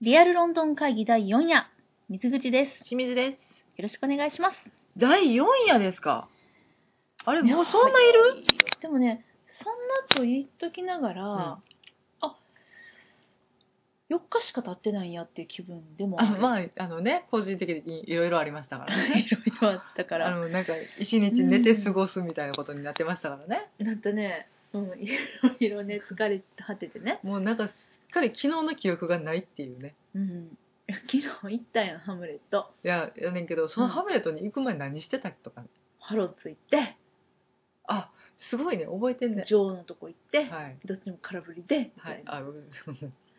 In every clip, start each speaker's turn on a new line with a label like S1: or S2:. S1: リアルロンドン会議第4夜、水口です。
S2: 清水です。
S1: よろしくお願いします。
S2: 第4夜ですかあれ、
S1: いや
S2: もうそんないる
S1: でもね、そんなと言っときながら、
S2: ん
S1: あ、4日しか経ってないんやっていう気分でも
S2: あ
S1: ある。
S2: まあ、あのね、個人的にいろいろありましたからね。
S1: いろいろあったか
S2: あ
S1: ら。
S2: の、なんか、一日寝て過ごすみたいなことになってましたからね。
S1: なんとね、うん、いろいろね、疲れ果ててね。
S2: もうなんか、すっかり昨日の記憶がないっていうね。
S1: うん。昨日行ったやん、ハムレット。
S2: いや、やねんけど、そのハムレットに行く前何してたとか、
S1: ハロッツ行って、
S2: あ、すごいね、覚えてんね。
S1: 女王のとこ行って、
S2: はい。
S1: どっちも空振りで、みた
S2: はいい。
S1: な
S2: あ、 うん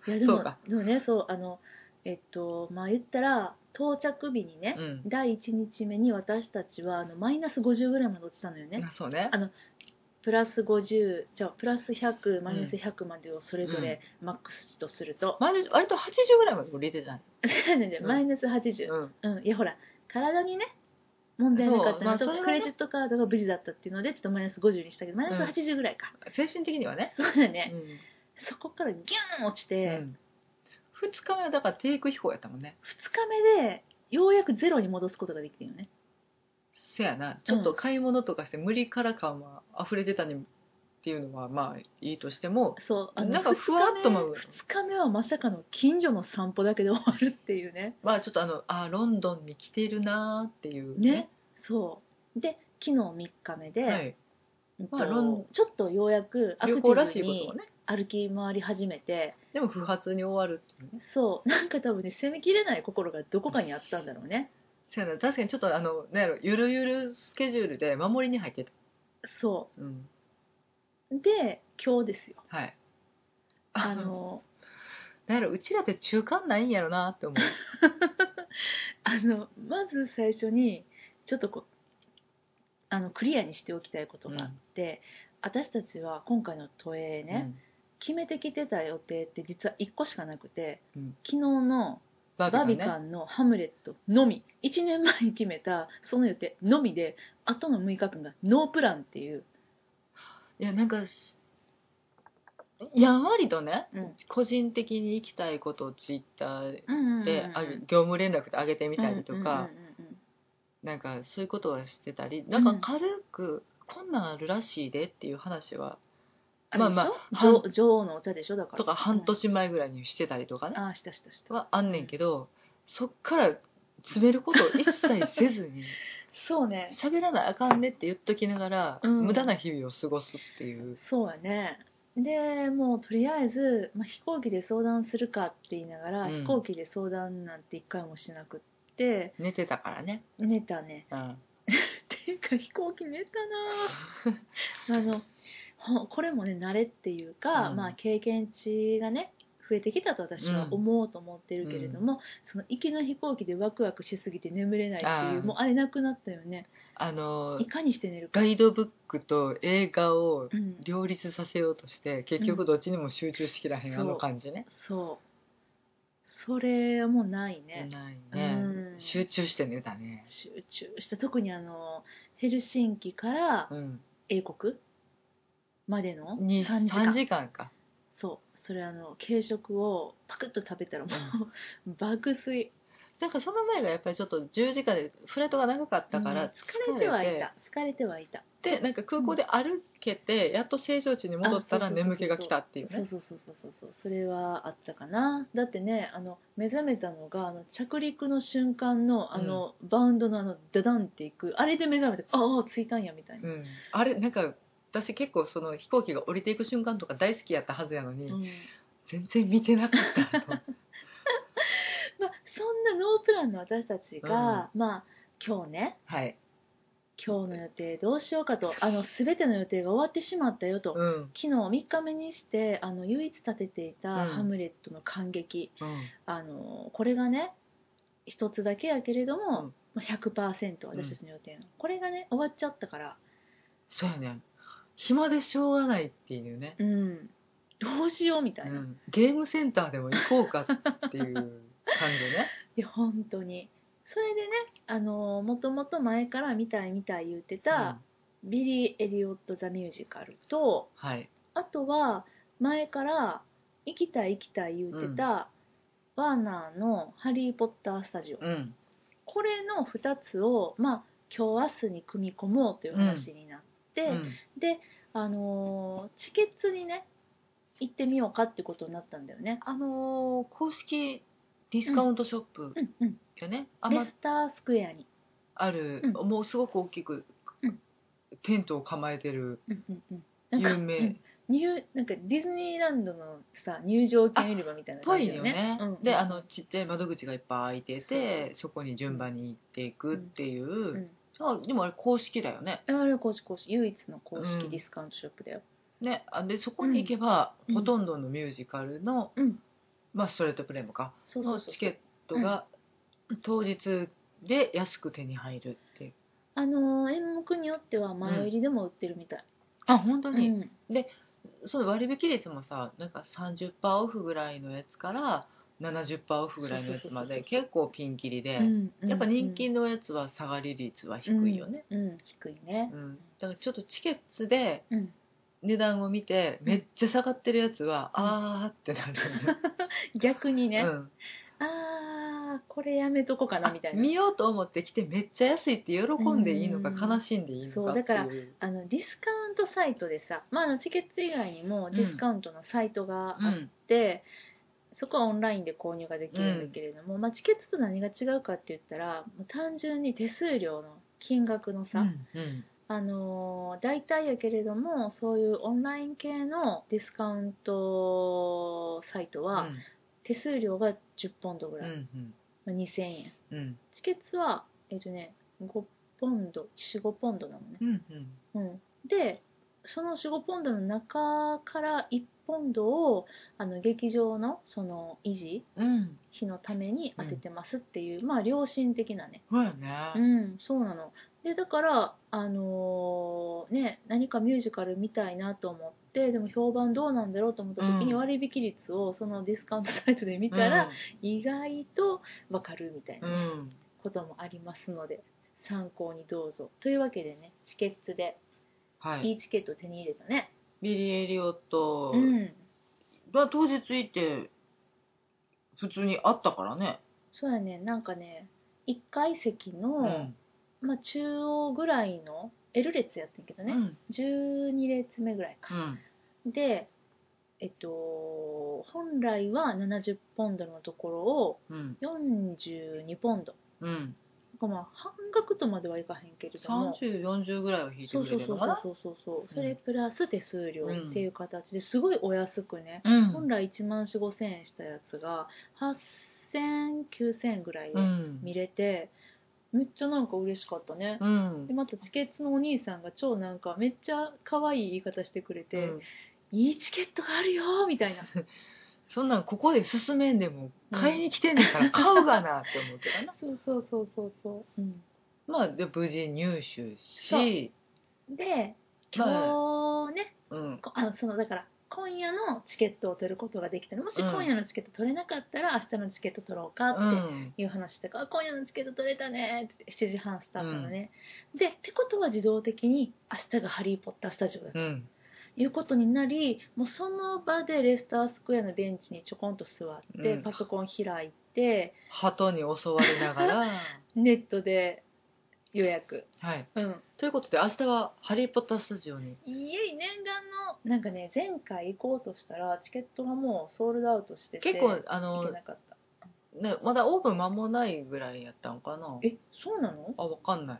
S1: いやでも
S2: そうか
S1: でもねそうあのえっとまあ言ったら到着日にね、
S2: うん。
S1: 第1日目に私たちはあのマイナス50ぐらいまで落ちたのよね、
S2: まあそうね
S1: あ。プラス50じゃあプラス100マイナス100までをそれぞれマックス値とすると、
S2: まず割と80ぐらいまで降りてたね。
S1: ねね
S2: うん
S1: マイナス80、
S2: うん。
S1: うんいやほら体にね問題なかった
S2: そう
S1: ね
S2: まあ
S1: ちょっ
S2: それ
S1: と
S2: は
S1: ク
S2: ね
S1: レジットカードが無事だったっていうのでちょっとマイナス50にしたけどマイナス80ぐらいか、
S2: 精神的にはね。
S1: そうだ
S2: う
S1: ね、
S2: ん。
S1: そこからギューン落ちて、
S2: うん二日目はだから低空飛行やったもんね
S1: 2日目でようやくゼロに戻すことができてるよね
S2: せやなちょっと買い物とかして無理から感は溢れてたにっていうのはまあいいとしても
S1: そうあの
S2: なんかふわっと舞う
S1: 2日目はまさかの近所の散歩だけで終わるっていうね
S2: まあちょっとあのあーロンドンに来てるなーっていう
S1: ねそうで昨日3日目で、
S2: はい、
S1: うんと
S2: まあロン
S1: ちょっとようやくアク
S2: 旅
S1: テ
S2: 行らしい
S1: ィブ
S2: こと
S1: に
S2: もね
S1: 歩き回り始めて
S2: でも不発に終わるっていうね
S1: そうなんか多分ね攻めきれない心がどこかにあったんだろうね
S2: せやな確かにちょっとあのなんやろゆるゆるスケジュールで守りに入ってた
S1: そ
S2: うん
S1: うで今日ですよ
S2: はい
S1: あの
S2: なんやろうちらって中間ないんやろなーって思う
S1: あのまず最初にちょっとこうあのクリアにしておきたいことがあって、私たちは今回の都営ね、
S2: うん
S1: 決めてきてた予定って実は1個しかなくて、
S2: うん
S1: 昨日の
S2: バ
S1: バビ
S2: ビカ
S1: カ
S2: ンね
S1: ンの「ハムレット」のみ1年前に決めたその予定のみであとの6日間がノープランっていう、
S2: いやなんかしやんわりとね
S1: うん、
S2: 個人的に行きたいことをツイッター
S1: うんうんうんうん
S2: であげ業務連絡で上げてみたりとか
S1: うんうんうんうん
S2: なんかそういうことはしてたりなんか軽くこんなんあるらしいでっていう話は
S1: あれでしょ、
S2: まあまあ
S1: 女王女王のお茶でしょだから
S2: とか半、年前ぐらいにしてたりとか
S1: うん
S2: ね
S1: ああしたしたした
S2: はあんねんけどそっから詰めることを一切せず に
S1: そうね
S2: 喋らなあかんねって言っときながら
S1: うん
S2: 無駄な日々を過ごすっていう
S1: そうやねでもうとりあえず、まあ、飛行機で相談するかって言いながら、
S2: うん
S1: 飛行機で相談なんて一回もしなくって
S2: 寝てたからね。
S1: 寝たね
S2: うん
S1: っていうか飛行機寝たなぁ あのほこれもね慣れっていうか、
S2: うん
S1: まあ、経験値がね増えてきたと私は思うと思ってるけれども、その行きの飛行機でワクワクしすぎて眠れないってい
S2: あ
S1: う
S2: ー
S1: もうあれなくなったよね
S2: あの
S1: いかにして寝るか、
S2: ガイドブックと映画を
S1: うん、
S2: 両立させようとして結局どっちにも集中しきらへん、
S1: うん
S2: あの感じね。
S1: そうそれはもうないね、
S2: ないね、
S1: うん
S2: 集中して寝たね。
S1: 集中した特にあのヘルシンキから
S2: うん、
S1: 英国までの
S2: に
S1: 3時間
S2: 三時間か。
S1: そうそれあの軽食をパクッと食べたらもう爆睡うん
S2: なんかその前がやっぱりちょっと10時間でフライトが長かったから
S1: 疲れてはいた疲れてはいた
S2: 疲れてでなんか空港で歩けてやっと正常値に戻ったら
S1: あそうそうそうそう
S2: 眠気が来たっていう
S1: そう
S2: ね
S1: そうそうそうそうそうそれはあったかなだってねあの目覚めたのがあの着陸の瞬間のあの、バウンドのあのダダンっていくあれで目覚めてああ着いたんやみたいな、
S2: うん、あれなんか私結構その飛行機が降りていく瞬間とか大好きやったはずやのに、
S1: うん
S2: 全然見てなかった と
S1: まあ、そんなノープランの私たちが、まあ今日ね
S2: はい、
S1: 今日の予定どうしようかとあの全ての予定が終わってしまったよと、
S2: うんうん、
S1: 昨日3日目にしてあの唯一立てていた
S2: うん
S1: 「ハムレット」の感激、あのこれがね一つだけやけれど
S2: う
S1: も
S2: ん、
S1: まあ100%私たちの予定の、これがね終わっちゃったから
S2: そうやね暇でしょうがないっていうね
S1: うんどうしようみたいな、
S2: う
S1: い
S2: んゲームセンターでも行こうかっていう感じね
S1: や本当にそれでねあのもともと前から見たい見たい言ってた、ビリー・エリオット・ザ・ミュージカルと
S2: うんはい
S1: あとは前から行きたい行きたい言うてた、ワーナーの「ハリー・ポッター・スタジオ」
S2: うん
S1: これの2つを、まあ、今日明日に組み込もうという話になって、
S2: うん
S1: で、あのーチケットにね行ってみようかってことになったんだよね。
S2: あのー公式ディスカウントショップ
S1: うんうん、
S2: よね、あん
S1: レ
S2: ま
S1: スタースクエアに、
S2: ある、
S1: うん
S2: もうすごく大きく、
S1: うん
S2: テントを構えてる
S1: うんうんうん、なんか
S2: 有名
S1: 入なんかディズニーランドのさ入場券売り場みたいな
S2: ぽ
S1: 感じ
S2: い
S1: だ
S2: よ
S1: よ
S2: ね
S1: ね。、うんうん
S2: であのちっちゃい窓口がいっぱい開
S1: そ
S2: いて
S1: うそう
S2: てそこに順番に行っていくっていう、
S1: うん
S2: あでもあれ公式だよね
S1: あれ公式公式唯一の公
S2: う
S1: 式
S2: ん
S1: ディスカウントショップだよ。
S2: ねあでそこに行けば、
S1: うん
S2: ほとんどのミュージカルの、
S1: うん
S2: まあ、ストレートプレイもか
S1: そうそう
S2: の
S1: そう
S2: チケットが当日で安く手に入るっていう
S1: あのー演目によっては前売りでも売ってるみたい。
S2: あ本当
S1: う
S2: に、
S1: ん
S2: その割引率もさなんか30%オフぐらいのやつから70%オフぐらいのやつま
S1: そうそう
S2: で
S1: そうそう
S2: 結構ピンキリで、
S1: うん
S2: やっぱ人気のやつは下がり率は低いよね、。
S1: うんうんうん低いね
S2: うん。だからちょっとチケットで
S1: うん
S2: 値段を見てめっちゃ下がってるやつは、
S1: うん
S2: あーってなるよね
S1: 逆にね、
S2: うん
S1: ああこれやめとこうかなみたいな
S2: 見ようと思って来てめっちゃ安いって喜んでいいのか
S1: うん
S2: 悲しんでいいのかっていう
S1: そうだからあのディスカウントサイトでさ、まあ、あのチケット以外にもディスカウントのサイトが
S2: う
S1: あっ
S2: ん
S1: て、そこはオンラインで購入ができるんだけれども、まあ、チケットと何が違うかって言ったらもう単純に手数料の金額の
S2: う
S1: さ、
S2: んうん
S1: あのー大体やけれどもそういうオンライン系のディスカウントサイトは、手数料が10ポンドぐ
S2: うん
S1: らい、
S2: うん
S1: まあ、2000円
S2: うん
S1: チケットはえっ、とね5ポンド45ポンドなのね
S2: うんうん
S1: うん、でその45ポンドの中から1ポンドをあの劇場のその維持
S2: うん
S1: 費のために当ててますっていう、まあ良心的なね、
S2: そうや
S1: う
S2: ね
S1: ん、そうなのでだから、あのーね、何かミュージカル見たいなと思ってでも評判どうなんだろうと思った時に
S2: うん
S1: 割引率をそのディスカウントサイトで見たら、意外と分かるみたい
S2: うん
S1: な
S2: うん
S1: こともありますので、参考にどうぞというわけでねチケットで
S2: はいい
S1: いチケットを手に入れたね。
S2: ビリー・エリオット
S1: うん。
S2: が当日行って普通にあったからね
S1: そうやね。なんかね、1階席
S2: う
S1: の、まあ中央ぐらいの L 列やってんけど
S2: う
S1: ね、
S2: ん
S1: 12列目ぐらいか。で、えっと、本来は70ポンドのところを
S2: うん
S1: 42ポンド。
S2: うん
S1: まあ半額とまではいかへんけれども。
S2: 3040ぐらいは引いて
S1: そう
S2: くれ
S1: そう
S2: てる
S1: そう
S2: のかな
S1: そうそうそううんそれプラス手数料っていう形ですごいお安くね、
S2: うん
S1: 本来1万4 5千円したやつが8000、9000円ぐらいで
S2: うん
S1: 見れて、めっちゃなんか嬉しかったね
S2: う、ん
S1: でまたチケットのお兄さんが超なんかめっちゃ可愛い言い方してくれて、
S2: うん
S1: いいチケットがあるよみた いな
S2: そんなんここで進めんでも買いに来てんねんから買うがなって思うけどな
S1: そうそうそうそうそう、うん、
S2: まあで無事入手し
S1: で
S2: まあ
S1: 今日ね
S2: うん
S1: こあそのだから今夜のチケットを取ることができたらもし今夜のチケット取れなかったら明日のチケット取ろうかって、
S2: うん
S1: いう話とかあ今夜のチケット取れたねって7時半スタートのね、でってことは自動的に明日が「ハリー・ポッター・スタジオ」だ
S2: う
S1: と
S2: ん
S1: いうことになり、もうその場でレスタースクエアのベンチにちょこんと座って、
S2: うん
S1: パソコン開いて
S2: 鳩に襲われながら
S1: ネットで予約
S2: はい
S1: うん
S2: ということで明日は「ハリー・ポッター・スタジオ」に
S1: いえい念願のなんかね前回行こうとしたらチケットがもうソールドアウトしてて
S2: 結構あ
S1: 行
S2: の
S1: けなかった
S2: ね、まだオープン間もないぐらいやったんかな
S1: えそうなの、
S2: あわかんない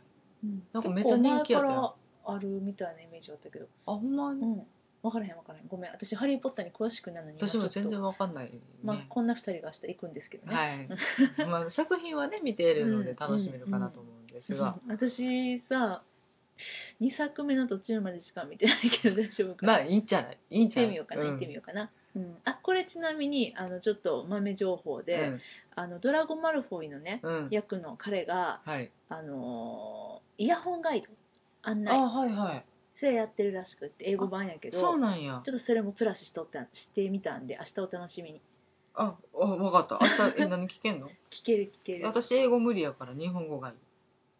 S1: な
S2: な
S1: ん
S2: かめっちゃ人気やったよ
S1: あるみたいなイメージだったけど
S2: あほんま
S1: う
S2: に
S1: ん、分からへん分からへんごめん私「ハリー・ポッター」に詳しくなのに今
S2: 私も
S1: ちょっと
S2: 全然わかんないね、
S1: まあ、こんな2人が明日行くんですけどね、
S2: はい、まあ、作品はね見ているの
S1: う
S2: で
S1: ん
S2: 楽しめるかなと思うんですが、
S1: 私さ2作目の途中までしか見てないけど大丈夫かな、
S2: まあいいんじゃないいいん
S1: 行っ
S2: じ
S1: て
S2: ゃない
S1: みようかな、
S2: ん
S1: 行ってみようかな、うん、あこれちなみにあのちょっと豆情報で、あのドラゴン・マルフォイのね、
S2: うん、うん、
S1: 役の彼が、
S2: はい
S1: あのーイヤホンガイド案
S2: あ
S1: 内
S2: はいはい
S1: それやってるらしくって英語版やけど
S2: そうなんや
S1: ちょっとそれもプラスしとったしてみたんで明日お楽しみに
S2: ああわかった明 日え何聞けんの
S1: 聞ける聞ける
S2: 私英語無理やから日本語がいい、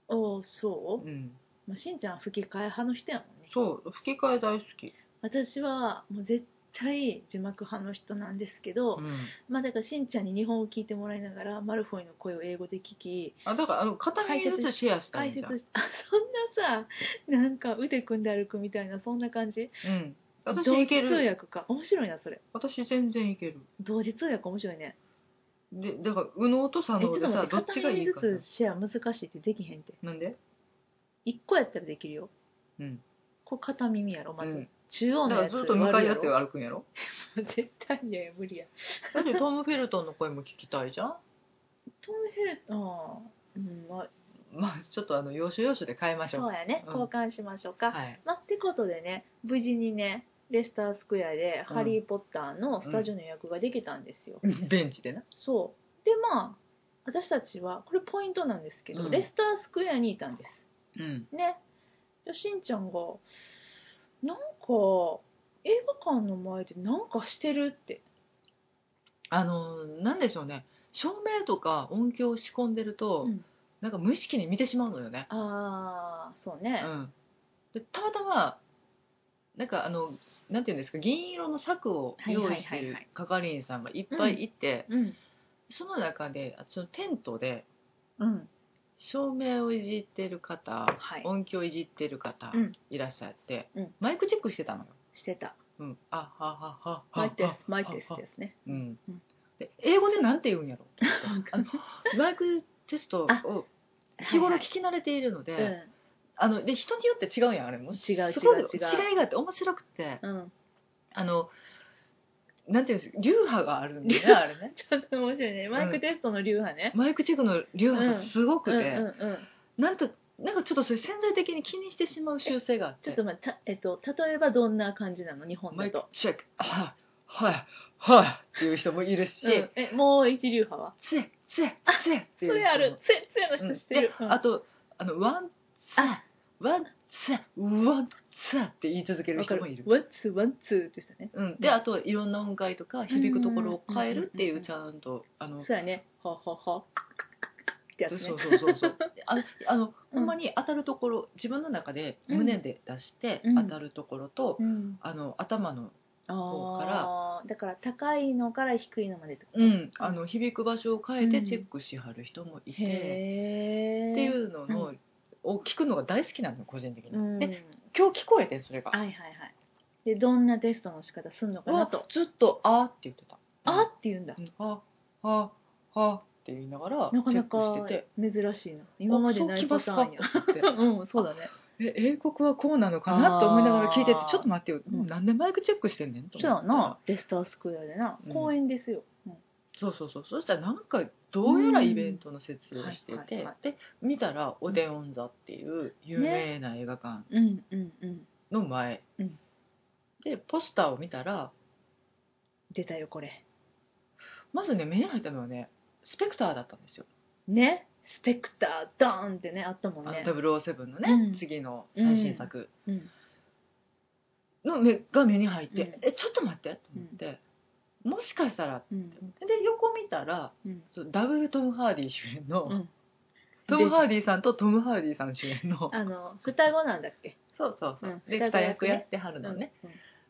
S1: おおそう
S2: うん、
S1: まあ、しんちゃんは吹き替え派の人やもんね
S2: そう吹き替え大好き
S1: 私はもう絶対字幕派の人なんですけど、
S2: うん
S1: まあだからしんちゃんに日本を聞いてもらいながらマルフォイの声を英語で聞き
S2: あだからあの片耳ずつシェアした
S1: 解
S2: んじ
S1: 説
S2: ゃん、
S1: しあそんなさなんか腕組んで歩くみたいなそんな感じ
S2: うん、私いけ
S1: 同時通
S2: る
S1: 訳か面白いなそれ
S2: 私全然いける
S1: 同時通訳面白いね
S2: でだから右脳と
S1: えち
S2: 左
S1: ょ
S2: 脳
S1: っ
S2: で
S1: と待
S2: さ
S1: って
S2: どっちが
S1: 片
S2: い
S1: 耳
S2: い
S1: ず
S2: かさ
S1: つシェア難しいってできへんって
S2: なんで
S1: 一個やったらできるよ
S2: うん
S1: こう片耳やろまず、
S2: うん
S1: 中央の
S2: だか
S1: や
S2: ら
S1: つ
S2: ずっと向かい合って
S1: 割るや
S2: 歩くんやろ
S1: ろ 絶対いやいや無理や
S2: だってトム・フェルトンの声も聞きたいじゃん
S1: トム・ヘルあーうんまあ
S2: まあちょっとあの要所要所で変えましょ
S1: そううやね、
S2: うん
S1: 交換しましょうか、
S2: はい
S1: まあ、ってことでね無事にねレスタースクエアで「
S2: うん
S1: ハリー・ポッター」のスタジオの予約ができたんですよ、
S2: ベンチでな
S1: そうでまあ私たちはこれポイントなんですけど、
S2: うん
S1: レスタースクエアにいたんで
S2: うん
S1: すねでしんちゃんがなんか映画館の前でなんかしてるって
S2: あのなんでしょうね照明とか音響を仕込んでると、
S1: うん
S2: なんか無意識に見てしまうのよね、
S1: ああそう
S2: う
S1: ね、
S2: ん、でたまたまなんかあのなんていうんですか銀色の柵を用意して
S1: はいはいはい
S2: る
S1: はい
S2: 係員さんがいっぱいいて、
S1: うん
S2: その中でそのテントで
S1: うん
S2: 照明をいじってる方、
S1: はい
S2: 音響いじってる方
S1: うん
S2: いらっしゃって、
S1: うん
S2: マイクチェックしてたのよ。
S1: してた
S2: うん、あはははは
S1: マイテス
S2: は
S1: マイテスですね
S2: うん
S1: うん、
S2: で英語でなんて言うんや ろあの
S1: は
S2: マイクテストを
S1: い
S2: 日頃聞き慣れているので、
S1: はいうん
S2: あので人によって違うんやんあれも
S1: 違う
S2: すごい
S1: 違う違う
S2: 違いがあって面白くて
S1: うん、
S2: あのなんていうんですか流派があるんだよねあれね
S1: ちょっと面白いねマイクテストの流派ね、
S2: マイクチェックの流派がすごくて、
S1: うんうんうん、
S2: なんとなんかちょっとそれ潜在的に気にしてしまう習性があっ
S1: ち
S2: て
S1: ょっと待って、たえっと、例えばどんな感じなの日本
S2: マ
S1: だ
S2: イク
S1: と、
S2: チェックはいはいはいっていう人もいるし、
S1: うんえもう一流派は
S2: つえつえつえって
S1: そ
S2: いう人も
S1: れある先生の人知ってる、う
S2: う
S1: んん
S2: であとあのワンツー
S1: あ
S2: ワンツーワンツーって言い続ける
S1: わか
S2: 人
S1: る
S2: もいる。
S1: ワンツーワンツーってしたね
S2: うん、であとはいろんな音階とか響くところを変えるっていうちゃんとあの
S1: そうやねはははってやつ
S2: そう
S1: ね
S2: そうそ うそうであのあの
S1: うん
S2: ほんまに当たるところ自分の中で胸で出して
S1: うん
S2: 当たるところと、
S1: うん、
S2: あの頭の,、こうから
S1: あーだから高いのから低いのまでってこと
S2: うん、あの響く場所を変えてチェックしはる人もいて、
S1: へえ、
S2: っていううのの、を聞くのが大好きなの個人的に。
S1: うん、はい
S2: で今日聞こえてそれが。
S1: はいはいでどんなテストの仕方すんのかな
S2: は
S1: と
S2: ずっと「あ」って言ってた。
S1: あって言うんだ
S2: うんはははって言いながらチ
S1: なか
S2: ェ
S1: な
S2: ック
S1: か
S2: してて
S1: 珍しいな今までないパターンや
S2: あそうきますかと思っ
S1: うんそうだね
S2: てえ英国はこうなのかなと思いながら聞いてて
S1: あー
S2: ちょっと待ってよ
S1: うん
S2: もうなんでマイクチェックしてんねんと
S1: そう
S2: 思
S1: や
S2: って
S1: なレスタースクエアでな
S2: うん
S1: 公園ですよ、うん
S2: そうそうそうそしたらなんかどうやらイベントの設営をしてい
S1: うんはい
S2: て
S1: はい
S2: で見たらオデオン座っていう有名な映画館
S1: うんうんうん
S2: の前
S1: うん
S2: でポスターを見たら
S1: 出たよこれ
S2: まずね目に入ったのはねスペクターだったんですよ、
S1: ねスペクタードーンってねあったもん
S2: あの
S1: ね
S2: 007の
S1: うん
S2: ね次の最新作、
S1: うん
S2: の目が目に入って、
S1: うん
S2: えちょっと待ってと思って、もしかしたら
S1: うん
S2: で横見たら
S1: うん
S2: そうダブルトム・ハーディ主演の、
S1: うん
S2: トム・ハーディさんとトム・ハーディさん主演の
S1: あの双子なんだっけ
S2: そうそうそう、
S1: うん
S2: で
S1: 双
S2: 二
S1: 子
S2: 役
S1: 役ね
S2: やってはるのね、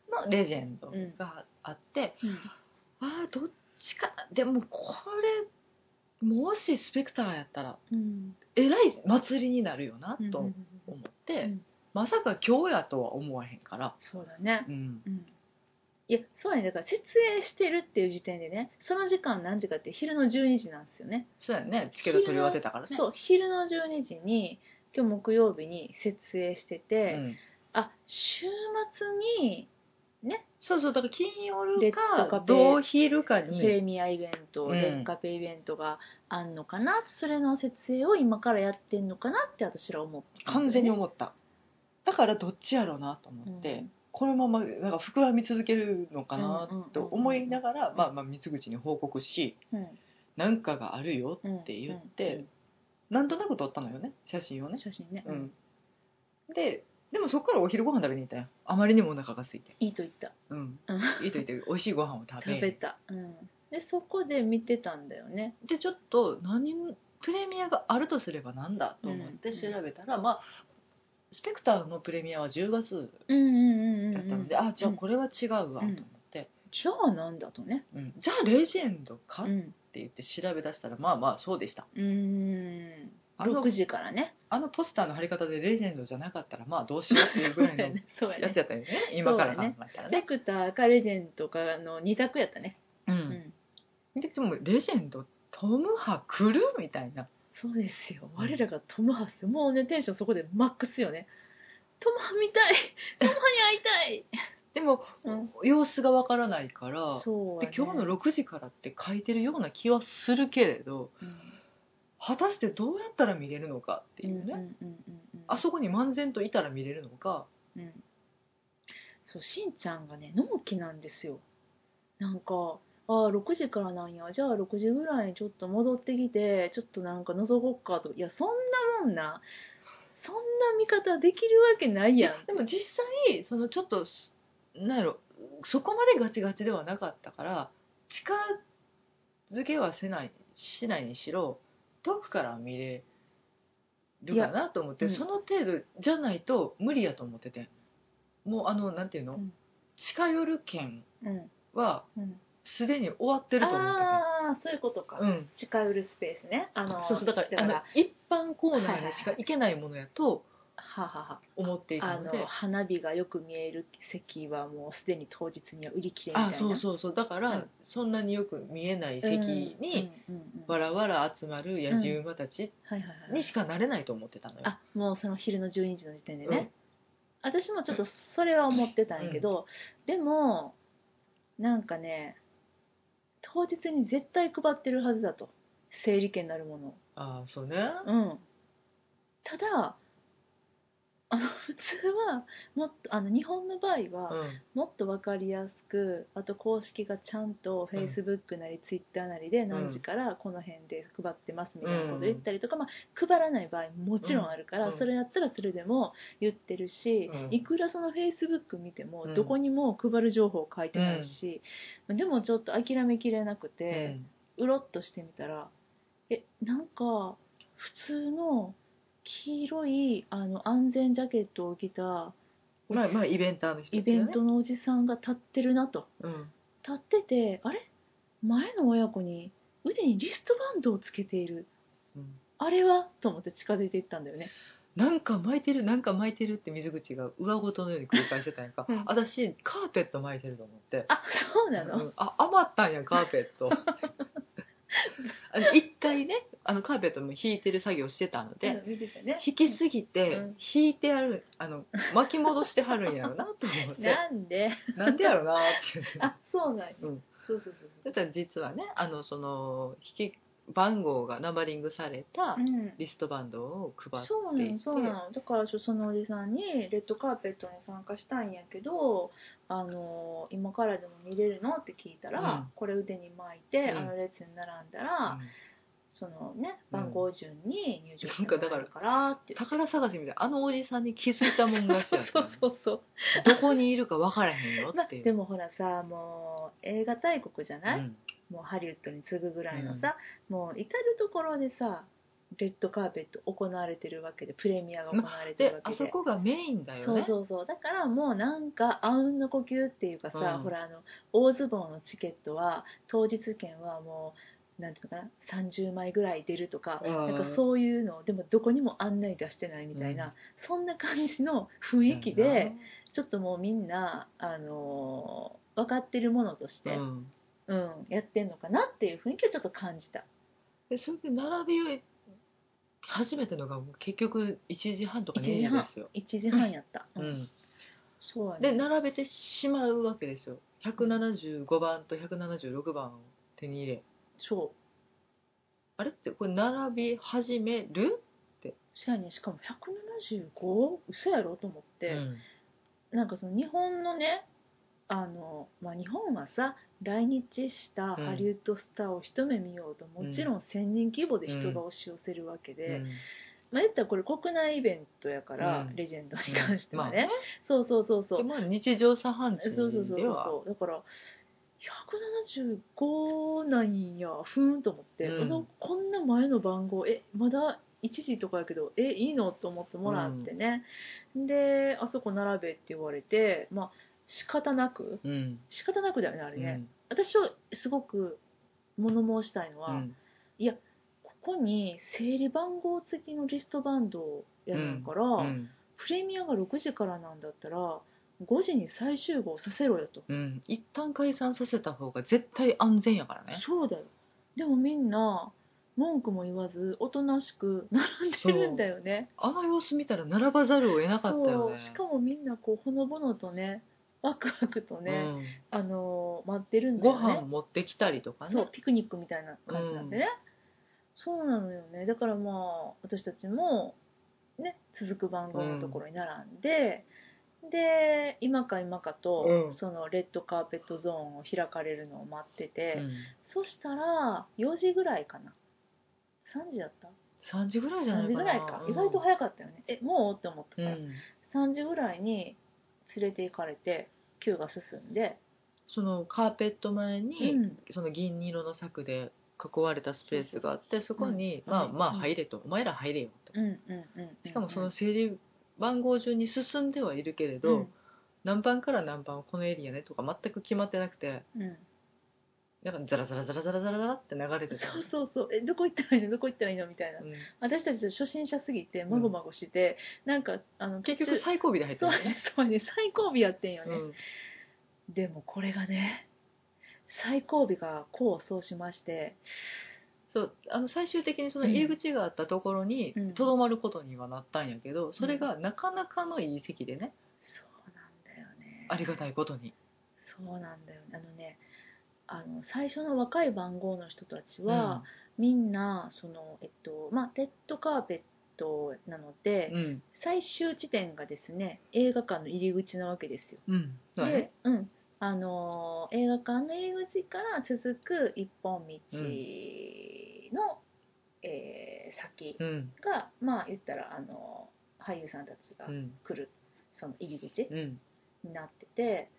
S2: のレジェンドがあって、
S1: うん
S2: ああどっちかでもこれもしスペクターやったら
S1: うん
S2: えらい祭りになるよな
S1: うん
S2: と
S1: うん
S2: 思って、
S1: うん
S2: まさか今日やとは思わへんから、
S1: そうだね
S2: うん、
S1: うんいやそうやねだから設営してるっていう時点でねその時間何時かって昼の12時なんですよね
S2: そうやねチケット取り終わってたからね
S1: そう昼の12時に今日木曜日に設営してて、
S2: うん
S1: あ週末に
S2: そうそうだから金
S1: レッ
S2: 曜
S1: ドカ
S2: か
S1: ペ
S2: 同昼か
S1: プ
S2: に、
S1: レミアイベント、
S2: うん
S1: レッカペイベントがあんのかな、それの設営を今からやってんのかなって私ら思って
S2: 完全に
S1: っ
S2: 思っただからどっちやろうなと思って、このままなんか膨らみ続けるのかなと思いながら、まあまあ三口に報告し
S1: うん
S2: なんかがあるよ
S1: うん
S2: って言
S1: うん
S2: っ
S1: う
S2: て、
S1: ん
S2: なんとなく撮ったのよね写真をね、
S1: 写真ね、
S2: う
S1: うん
S2: ん、ででもそこからお昼ご飯食べに行ったよあまりにもお腹が空いて、
S1: いいと言った
S2: うん
S1: うん、
S2: いいと言 って美味しいご飯を食べ
S1: 食べた、うん、でそこで見てたんだよね
S2: でちょっと何プレミアがあるとすればなんだと思って
S1: うん
S2: 調べたら、まあスペクターのプレミアは10月
S1: うんうんうんうんうん
S2: だったので、あじゃあこれは違うわと思って、
S1: じゃあなんだとね
S2: うん、じゃあレジェンドか
S1: う
S2: って
S1: ん
S2: 言って調べ出したらまあまあそうでした
S1: うーん
S2: あの
S1: 6時からね
S2: あのポスターの貼り方でレジェンドじゃなかったらまあどうしようっていうぐらいの
S1: そうや
S2: や
S1: ね
S2: つやった よね今から考えたら
S1: レ
S2: ね。
S1: クターかレジェンドかの2択やったね
S2: う
S1: うんん
S2: ででもレジェンドトムハ来るみたいな
S1: そうですよ我らがトムハスもうねテンションそこでマックスよねトムハ見たい トムハに会いたい、
S2: でも、
S1: うん
S2: 様子がわからないから
S1: そう
S2: で
S1: やね
S2: 今日の6時からって書いてるような気はするけれど
S1: うん
S2: 果たしてどうやったら見れるのかって
S1: う
S2: い
S1: ん
S2: うね、
S1: うんうんうんうん
S2: あそこに漫然といたら見れるのか
S1: うん、そうしんちゃんがね納期なんですよなんかああ6時からなんやじゃあ6時ぐらいにちょっと戻ってきてちょっとなんか覗こっかといやそんなもんなそんな見方できるわけない
S2: い
S1: やん
S2: でも実際そのちょっとすなんやろそこまでガチガチではなかったから近づけはせないしないにしろ遠くからは見れるかなと思って、
S1: いやうん
S2: その程度じゃないと無理やと思っててもうあのなんていうの、
S1: うん
S2: 近寄る県
S1: うん
S2: は
S1: うん、
S2: すでに終わってると思ってて。
S1: ああそういうことか、
S2: うん、
S1: 近寄るスペースねあの
S2: そうそうだからあの一般コーナーにしか行けないものやと
S1: ははは
S2: 思っていた
S1: あ
S2: ので、
S1: の花火がよく見える席はもうすでに当日には売り切れみたい
S2: あ
S1: な
S2: そうそうそうだから、
S1: うん
S2: そんなによく見えない
S1: うん
S2: 席に、
S1: うんうんうん
S2: わらわら集まる野次馬たち
S1: はいはいはい
S2: にしかなれないと思ってたのよ、
S1: あもうその昼の12時の時点でね、私もちょっとそれは思ってたんやけど、でもなんかね当日に絶対配ってるはずだと整理券なるものを
S2: ああそうね
S1: うんただあの 普通はもっとあの日本の場合は、
S2: うん
S1: もっと分かりやすくあと公式がちゃんと
S2: うん
S1: Facebook なり Twitter なりで何時からこの辺で配ってますみたいなことを言ったりとか、まあ、配らない場合ももちろんあるから、
S2: うん
S1: それやったらそれでも言ってるし、
S2: うん
S1: いくらその Facebook 見ても
S2: うん
S1: どこにも配る情報書いてないし、でもちょっと諦めきれなくて、うろっとしてみたらえなんか普通の黄色いあの安全ジャケットを着た
S2: うん、まあまあイベンターの人
S1: イ
S2: だよ
S1: ベ
S2: ね
S1: ントのおじさんが立ってるなと
S2: うん
S1: 立っててあれ前の親子に腕にリストバンドをつけている
S2: うん
S1: あれはと思って近づいていったんだよね
S2: なんか巻いてるなんか巻いてるって水口が上ごとのように繰り返してたんやんか、
S1: うん
S2: 私カーペット巻いてると思って
S1: あそうなの、
S2: うんあ余ったんやカー ペットあの一回ねあのカーペットも引いてる作業してたので、
S1: うん見てたね
S2: 引きすぎ
S1: う
S2: て
S1: ん
S2: 引いてあるあの巻き戻してはるんやろなと思っ て
S1: なんで
S2: なんでやろなって
S1: あそうなんや、
S2: うん
S1: そうそうそうそ
S2: だったら実はねあのその引き番号がナンバリングされた
S1: ううん
S2: リストバンドを配っ
S1: そうな
S2: てい
S1: の
S2: て
S1: そうなのだからそのおじさんにレッドカーペットに参加したいんやけど、あの今からでも見れるのって聞いたら、
S2: うん
S1: これ腕に巻いて、
S2: うん
S1: あの列に並んだら、
S2: うん
S1: そのね番号順に入場して
S2: なん
S1: も
S2: からだ
S1: え
S2: から
S1: るからって言って
S2: 宝探しみたいなあのおじさんに気づいたもん勝ち
S1: そ
S2: や
S1: う
S2: った
S1: そう
S2: よね
S1: そうそう、
S2: どこにいるか分からへんよ
S1: まあ
S2: っていう、
S1: でもほらさもう映画大国じゃない、
S2: うん
S1: もうハリウッドに次ぐぐらいのさ、もう至る所でさレッドカーペット行われてるわけでプレミアが行われてる
S2: で
S1: わけ
S2: あ
S1: で、
S2: そこがメインだよ
S1: そう
S2: ね
S1: そうそうだからもうなんかあうんの呼吸っていうかさ、
S2: うん
S1: ほらあの大相撲のチケットは当日券はもうなんていうのかな30枚ぐらい出るとか、
S2: うん
S1: なんかそういうのでもどこにも案内出してないみたいな、
S2: うん
S1: そんな感じの雰囲気で、ちょっともうみんな、あのー分かってるものとし
S2: う
S1: て、うん
S2: ん
S1: やってんのかなっていう雰囲気をちょっと感じた。
S2: でそれで並び始めたのがもう結局1時半とか2
S1: 1時
S2: 時
S1: 半
S2: ですよ、
S1: 1時半やった、
S2: う、ん、
S1: そうやね
S2: で並べてしまうわけですよ175番と176番を手に入れ
S1: そう
S2: あれってこれ並び始める
S1: そやねしかも175嘘やろと思って、
S2: うん
S1: なんかその日本のねあの、まあ、日本はさ来日したハリウッドスターを一目見ようと、
S2: うん
S1: もちろん1000人規模で人が押し寄せるわけで、まあ言ったらこれ国内イベントやから、
S2: うん
S1: レジェンドに関しては
S2: うん
S1: ね、そうそうそうそう
S2: でまあ日常茶飯
S1: そう
S2: 事
S1: そうそうそう
S2: では
S1: そうだから175なんやふーんと思って、
S2: うん
S1: このこんな前の番号えまだ1時とかやけどえいいのと思ってもらってね、であそこ並べって言われてまあ仕方なく
S2: うん
S1: 仕方なくだよねあれね、私はすごく物申したいの
S2: う
S1: は、
S2: ん
S1: ここに整理番号付きのリストバンドやるから、
S2: うん
S1: プレミアが6時からなんだったら5時に再集合させろよと、
S2: うん一旦解散させた方が絶対安全やからね
S1: そうだよでもみんな文句も言わずおとなしく並んでるんだよね
S2: あの様子見たら並ばざるを得なかったよね
S1: しかもみんなこうほのぼのとねワクワクとね、あのー待ってる
S2: うんん
S1: だ
S2: ご
S1: よね
S2: 飯持ってきたりとかね
S1: そうピクニックみたいな感じなんでね、そうなのよねだからまあ私たちもね続く番号のところに並んで、で今か今かと、
S2: うん
S1: そのレッドカーペットゾーンを開かれるのを待ってて、
S2: うん
S1: そしたら4時ぐらいかな3時だった
S2: 3時ぐらいじゃな
S1: 3
S2: いか
S1: 時
S2: な
S1: ぐらいか、
S2: うん
S1: 意外と早かったよねえもうって思った
S2: う
S1: から、
S2: ん
S1: 3時ぐらいに連れて行かれて9が進んで、
S2: そのカーペット前に、
S1: うん
S2: その銀色の柵で囲われたスペースがあってそこに、
S1: うん
S2: ま
S1: う
S2: あ
S1: ん
S2: まあ
S1: うん
S2: 入れと、お前ら入れよと、
S1: うんうんうんうん
S2: しかもその整理番号順に進んではいるけれど、
S1: うん
S2: 何番から何番はこのエリアねとか全く決まってなくて
S1: うん
S2: なんかザラザラザラザラザラザラって流れてた
S1: そうそうそうえどこ行ったらいいのどこ行ったらいいのみたいな
S2: うん
S1: 私たちちょっと初心者すぎてまごまごしてて、なんかあの
S2: 結局
S1: 途中
S2: 最後尾で入って
S1: そう
S2: たよね
S1: そうね最後尾やってんよ
S2: う
S1: ね、
S2: ん
S1: でもこれがね最後尾が功を奏しまして
S2: そうあの最終的にその入り口があったところに
S1: うん
S2: とどまることにはなったんやけど、それがなかなかのいい席でね
S1: そうなんだよね
S2: ありがたいことに、
S1: そうなんだよねあのねあの最初の若い番号の人たちは、みんなそのえっとまあレッドカーペットなので、
S2: うん
S1: 最終地点がですね映画館の入り口なわけですよ
S2: うんそうだね
S1: で、うんあのー映画館の入り口から続く一本道の、えー先
S2: うん
S1: が、まあ言ったら、あのー俳優さんたちが
S2: うん
S1: 来る、その入り口
S2: うん
S1: になってて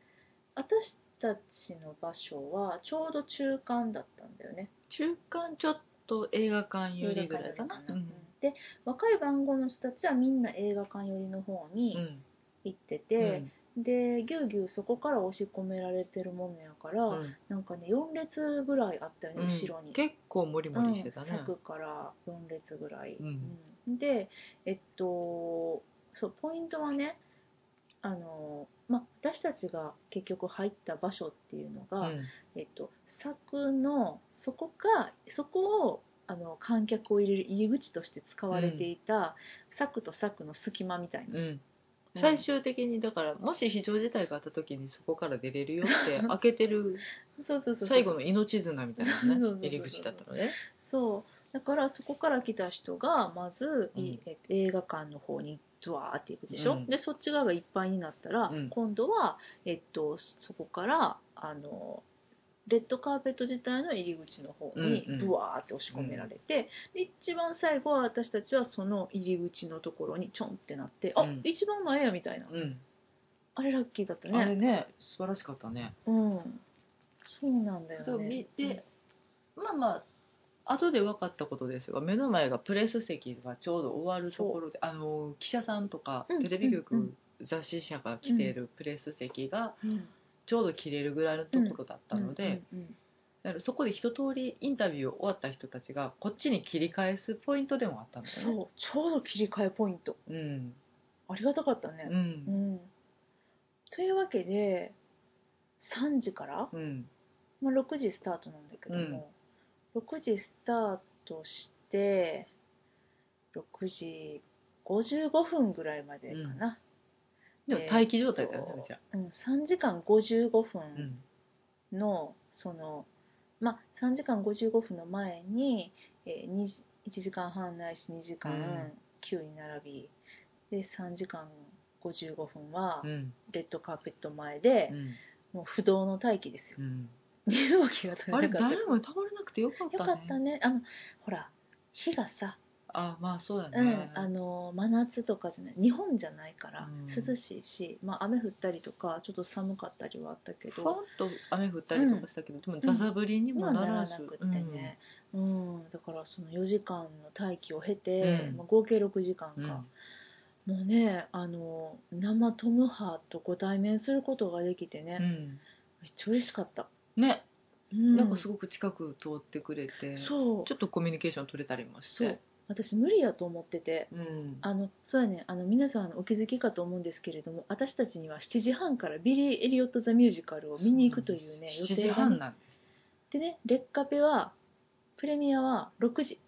S1: 私たちの場所はちょうど中間だったんだよね。
S2: 中間ちょっと映画館寄りぐらいか
S1: 映画
S2: な
S1: 館寄りうんで若い番号の人たちはみんな映画館寄りの方
S2: う
S1: に
S2: ん
S1: 行って
S2: う
S1: て、
S2: ん
S1: でぎゅうぎゅうそこから押し込められてるものやから。
S2: うん
S1: なんかね4列ぐらいあったよね、
S2: うん
S1: 後ろに。
S2: 結構モリモリしてた
S1: う
S2: ね
S1: ん、柵から4列ぐらい、
S2: うん
S1: うんでえっとそうポイントはねあの、ま、私たちが結局入った場所っていうの
S2: う
S1: が、
S2: ん
S1: えっと、柵のそこかそこをあの観客を入れる入り口として使われていた、柵と柵の隙間みたいな、
S2: うん
S1: うん
S2: 最終的にだからもし非常事態があった時にそこから出れるよって開けてる
S1: そうそうそう
S2: 最後の命綱みたいな
S1: そうそうそうそ
S2: ね
S1: う
S2: 入り口だったのね
S1: そうだからそこから来た人がまず、
S2: うん
S1: いえっと映画館の方にドワーっていくでしょ、
S2: うん
S1: でそっち側がいっぱいになったら、
S2: うん
S1: 今度は、えっと、そこからあのレッドカーペット自体の入り口の方に
S2: うんうん
S1: ブワーって押し込められて、で一番最後は私たちはその入り口のところにちょんってなって、
S2: う
S1: あ
S2: ん
S1: 一番前やみたいな、
S2: うん
S1: あれラッキーだった
S2: あ
S1: ね
S2: れね素晴らしかったね
S1: うんそうなんだよね
S2: 見てまあまあ後で分かったことですが目の前がプレス席がちょうど終わるところであの記者さんとか
S1: うん
S2: テレビ局、
S1: うん
S2: 雑誌社が来ているプレス席が
S1: うん
S2: ちょうど切れるぐらいのところだったので、
S1: うんうん
S2: だからそこで一通りインタビュー終わった人たちがこっちに切り返すポイントでもあった
S1: う
S2: の
S1: ん
S2: ね
S1: そうちょうど切り替えポイント
S2: うん
S1: ありがたかった
S2: う
S1: ね。うんん。というわけで、3時から、
S2: うん
S1: まあ、6時スタートなんだけども、6時スタートして、6時55分ぐらいまでかな。
S2: でも待機状態だよね
S1: えー
S2: うちは
S1: うん、3時間55
S2: う
S1: 分
S2: ん
S1: の、その、まあ、3時間55分の前に、えー、に1時間半ないし2時
S2: う
S1: 間
S2: ん
S1: 9に並び、で、3時間55分は、
S2: うん
S1: レッドカーペット前で
S2: う、ん
S1: もう不動の待機ですよ
S2: う。ん
S1: 身動きが取
S2: あ
S1: れ
S2: れ
S1: なかった。
S2: 誰も倒れなくてよかった
S1: よ
S2: ね
S1: かったね。あの、ほら、火がさ、
S2: あまあそうだ
S1: うん、
S2: ね、
S1: あの、真夏とかじゃない、日本じゃないから
S2: うん、
S1: 涼しいし、まあ雨降ったりとか、ちょっと寒かったりはあったけ
S2: ふわっ
S1: ど、
S2: と雨降ったりとかしたけど、でもざざぶりに
S1: に
S2: も
S1: は
S2: な
S1: なら
S2: らず、
S1: なくってね。うん、だからその4時間の待機を経て、
S2: うん
S1: まあ合計6時間
S2: うん、うん
S1: か。もうねあの生トムハとご対面することができてね、
S2: うん
S1: めっちゃ嬉しかった、
S2: ね、
S1: うん
S2: なんかすごく近く通ってくれて
S1: そう
S2: ちょっとコミュニケーション取れたりもして
S1: そう私無理やと思ってて
S2: うん、
S1: あのそうやねあの皆さんお気づきかと思うんですけれども私たちには7時半からビリー・エリオット・ザ・ミュージカルを見に行くというね
S2: 7
S1: 予
S2: 時
S1: 定が
S2: 半
S1: ね
S2: なん
S1: で
S2: で
S1: ね劣化ペはプレミアは6時、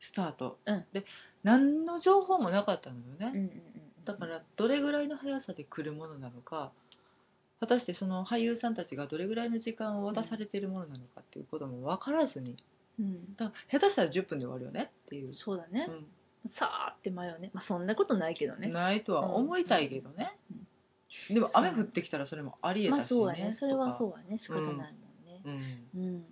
S2: すスタート、
S1: うん
S2: で何の情報もなかったのよね、
S1: うんうんうん、
S2: だからどれぐらいの速さで来るものなのか果たしてその俳優さんたちがどれぐらいの時間を渡されているものなのかっていうことも分からずに
S1: うん、
S2: だから下手したら10分で終わるよねっていう、
S1: そうだね、
S2: う
S1: さーって迷うね、まあ、そんなことないけど
S2: ん、
S1: ね
S2: ないとは思いたいけどね、
S1: うん
S2: でも
S1: そう
S2: 雨降ってきたらそれもありえ
S1: まあ
S2: たしね,とか、
S1: そうやねそれはそううやね仕方ないもんね、
S2: ん、
S1: うん、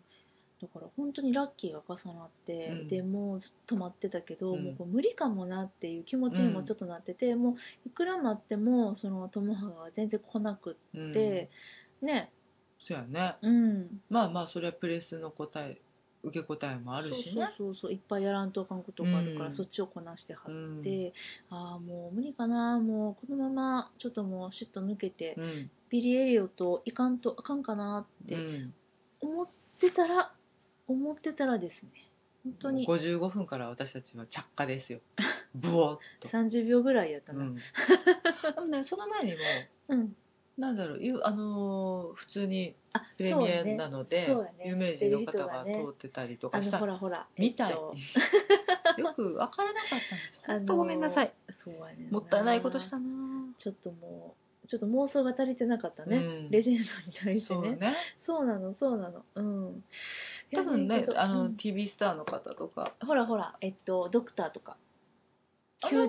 S1: だから本当にラッキーが重なって、
S2: うん
S1: でもうずっと待ってたけど、
S2: うん
S1: もうこう無理かもなっていう気持ちにもちょっとなってて、もういくら待ってもその友葉が全然来なく
S2: うん
S1: って、ね
S2: そうやね
S1: うん
S2: まあまあそれはプレスの答え受け答えもあるしね
S1: そうそうそうそういっぱいやらんとあかんことがあるから、
S2: うん
S1: そっちをこなしては
S2: う
S1: っ
S2: ん
S1: て、ああもう無理かなもうこのままちょっともうシュッと抜けて、
S2: うん
S1: ビリーエリオといかんとあかんかなって
S2: うん、
S1: 思ってたら思ってたらですね本当に
S2: 55分から私たちは着火 ですよブオッと
S1: 30秒ぐらいやった
S2: う
S1: な、
S2: ん、でもねその前にも
S1: うん、
S2: なんだろうゆあのー普通に
S1: あ
S2: プレミアな
S1: の
S2: ので、
S1: そうやね
S2: 有名人の方
S1: 知
S2: が
S1: っ
S2: 通
S1: てる人がね
S2: ってたりと
S1: あ
S2: かし
S1: の
S2: た
S1: ほらほら
S2: みたい、
S1: えっと
S2: よくわからなかったんです
S1: あのー
S2: 本当ごめんなさい
S1: そうやねん
S2: もったいないことしたな
S1: ちょっともうちょっと妄想が足りてなかったね、
S2: うん
S1: レジェンドに対して
S2: そう
S1: ね
S2: ね
S1: そうなのそうなのうん
S2: 多分ねあの、
S1: うん
S2: TV スターの方とか
S1: ほらほらえっとドクターとか
S2: 九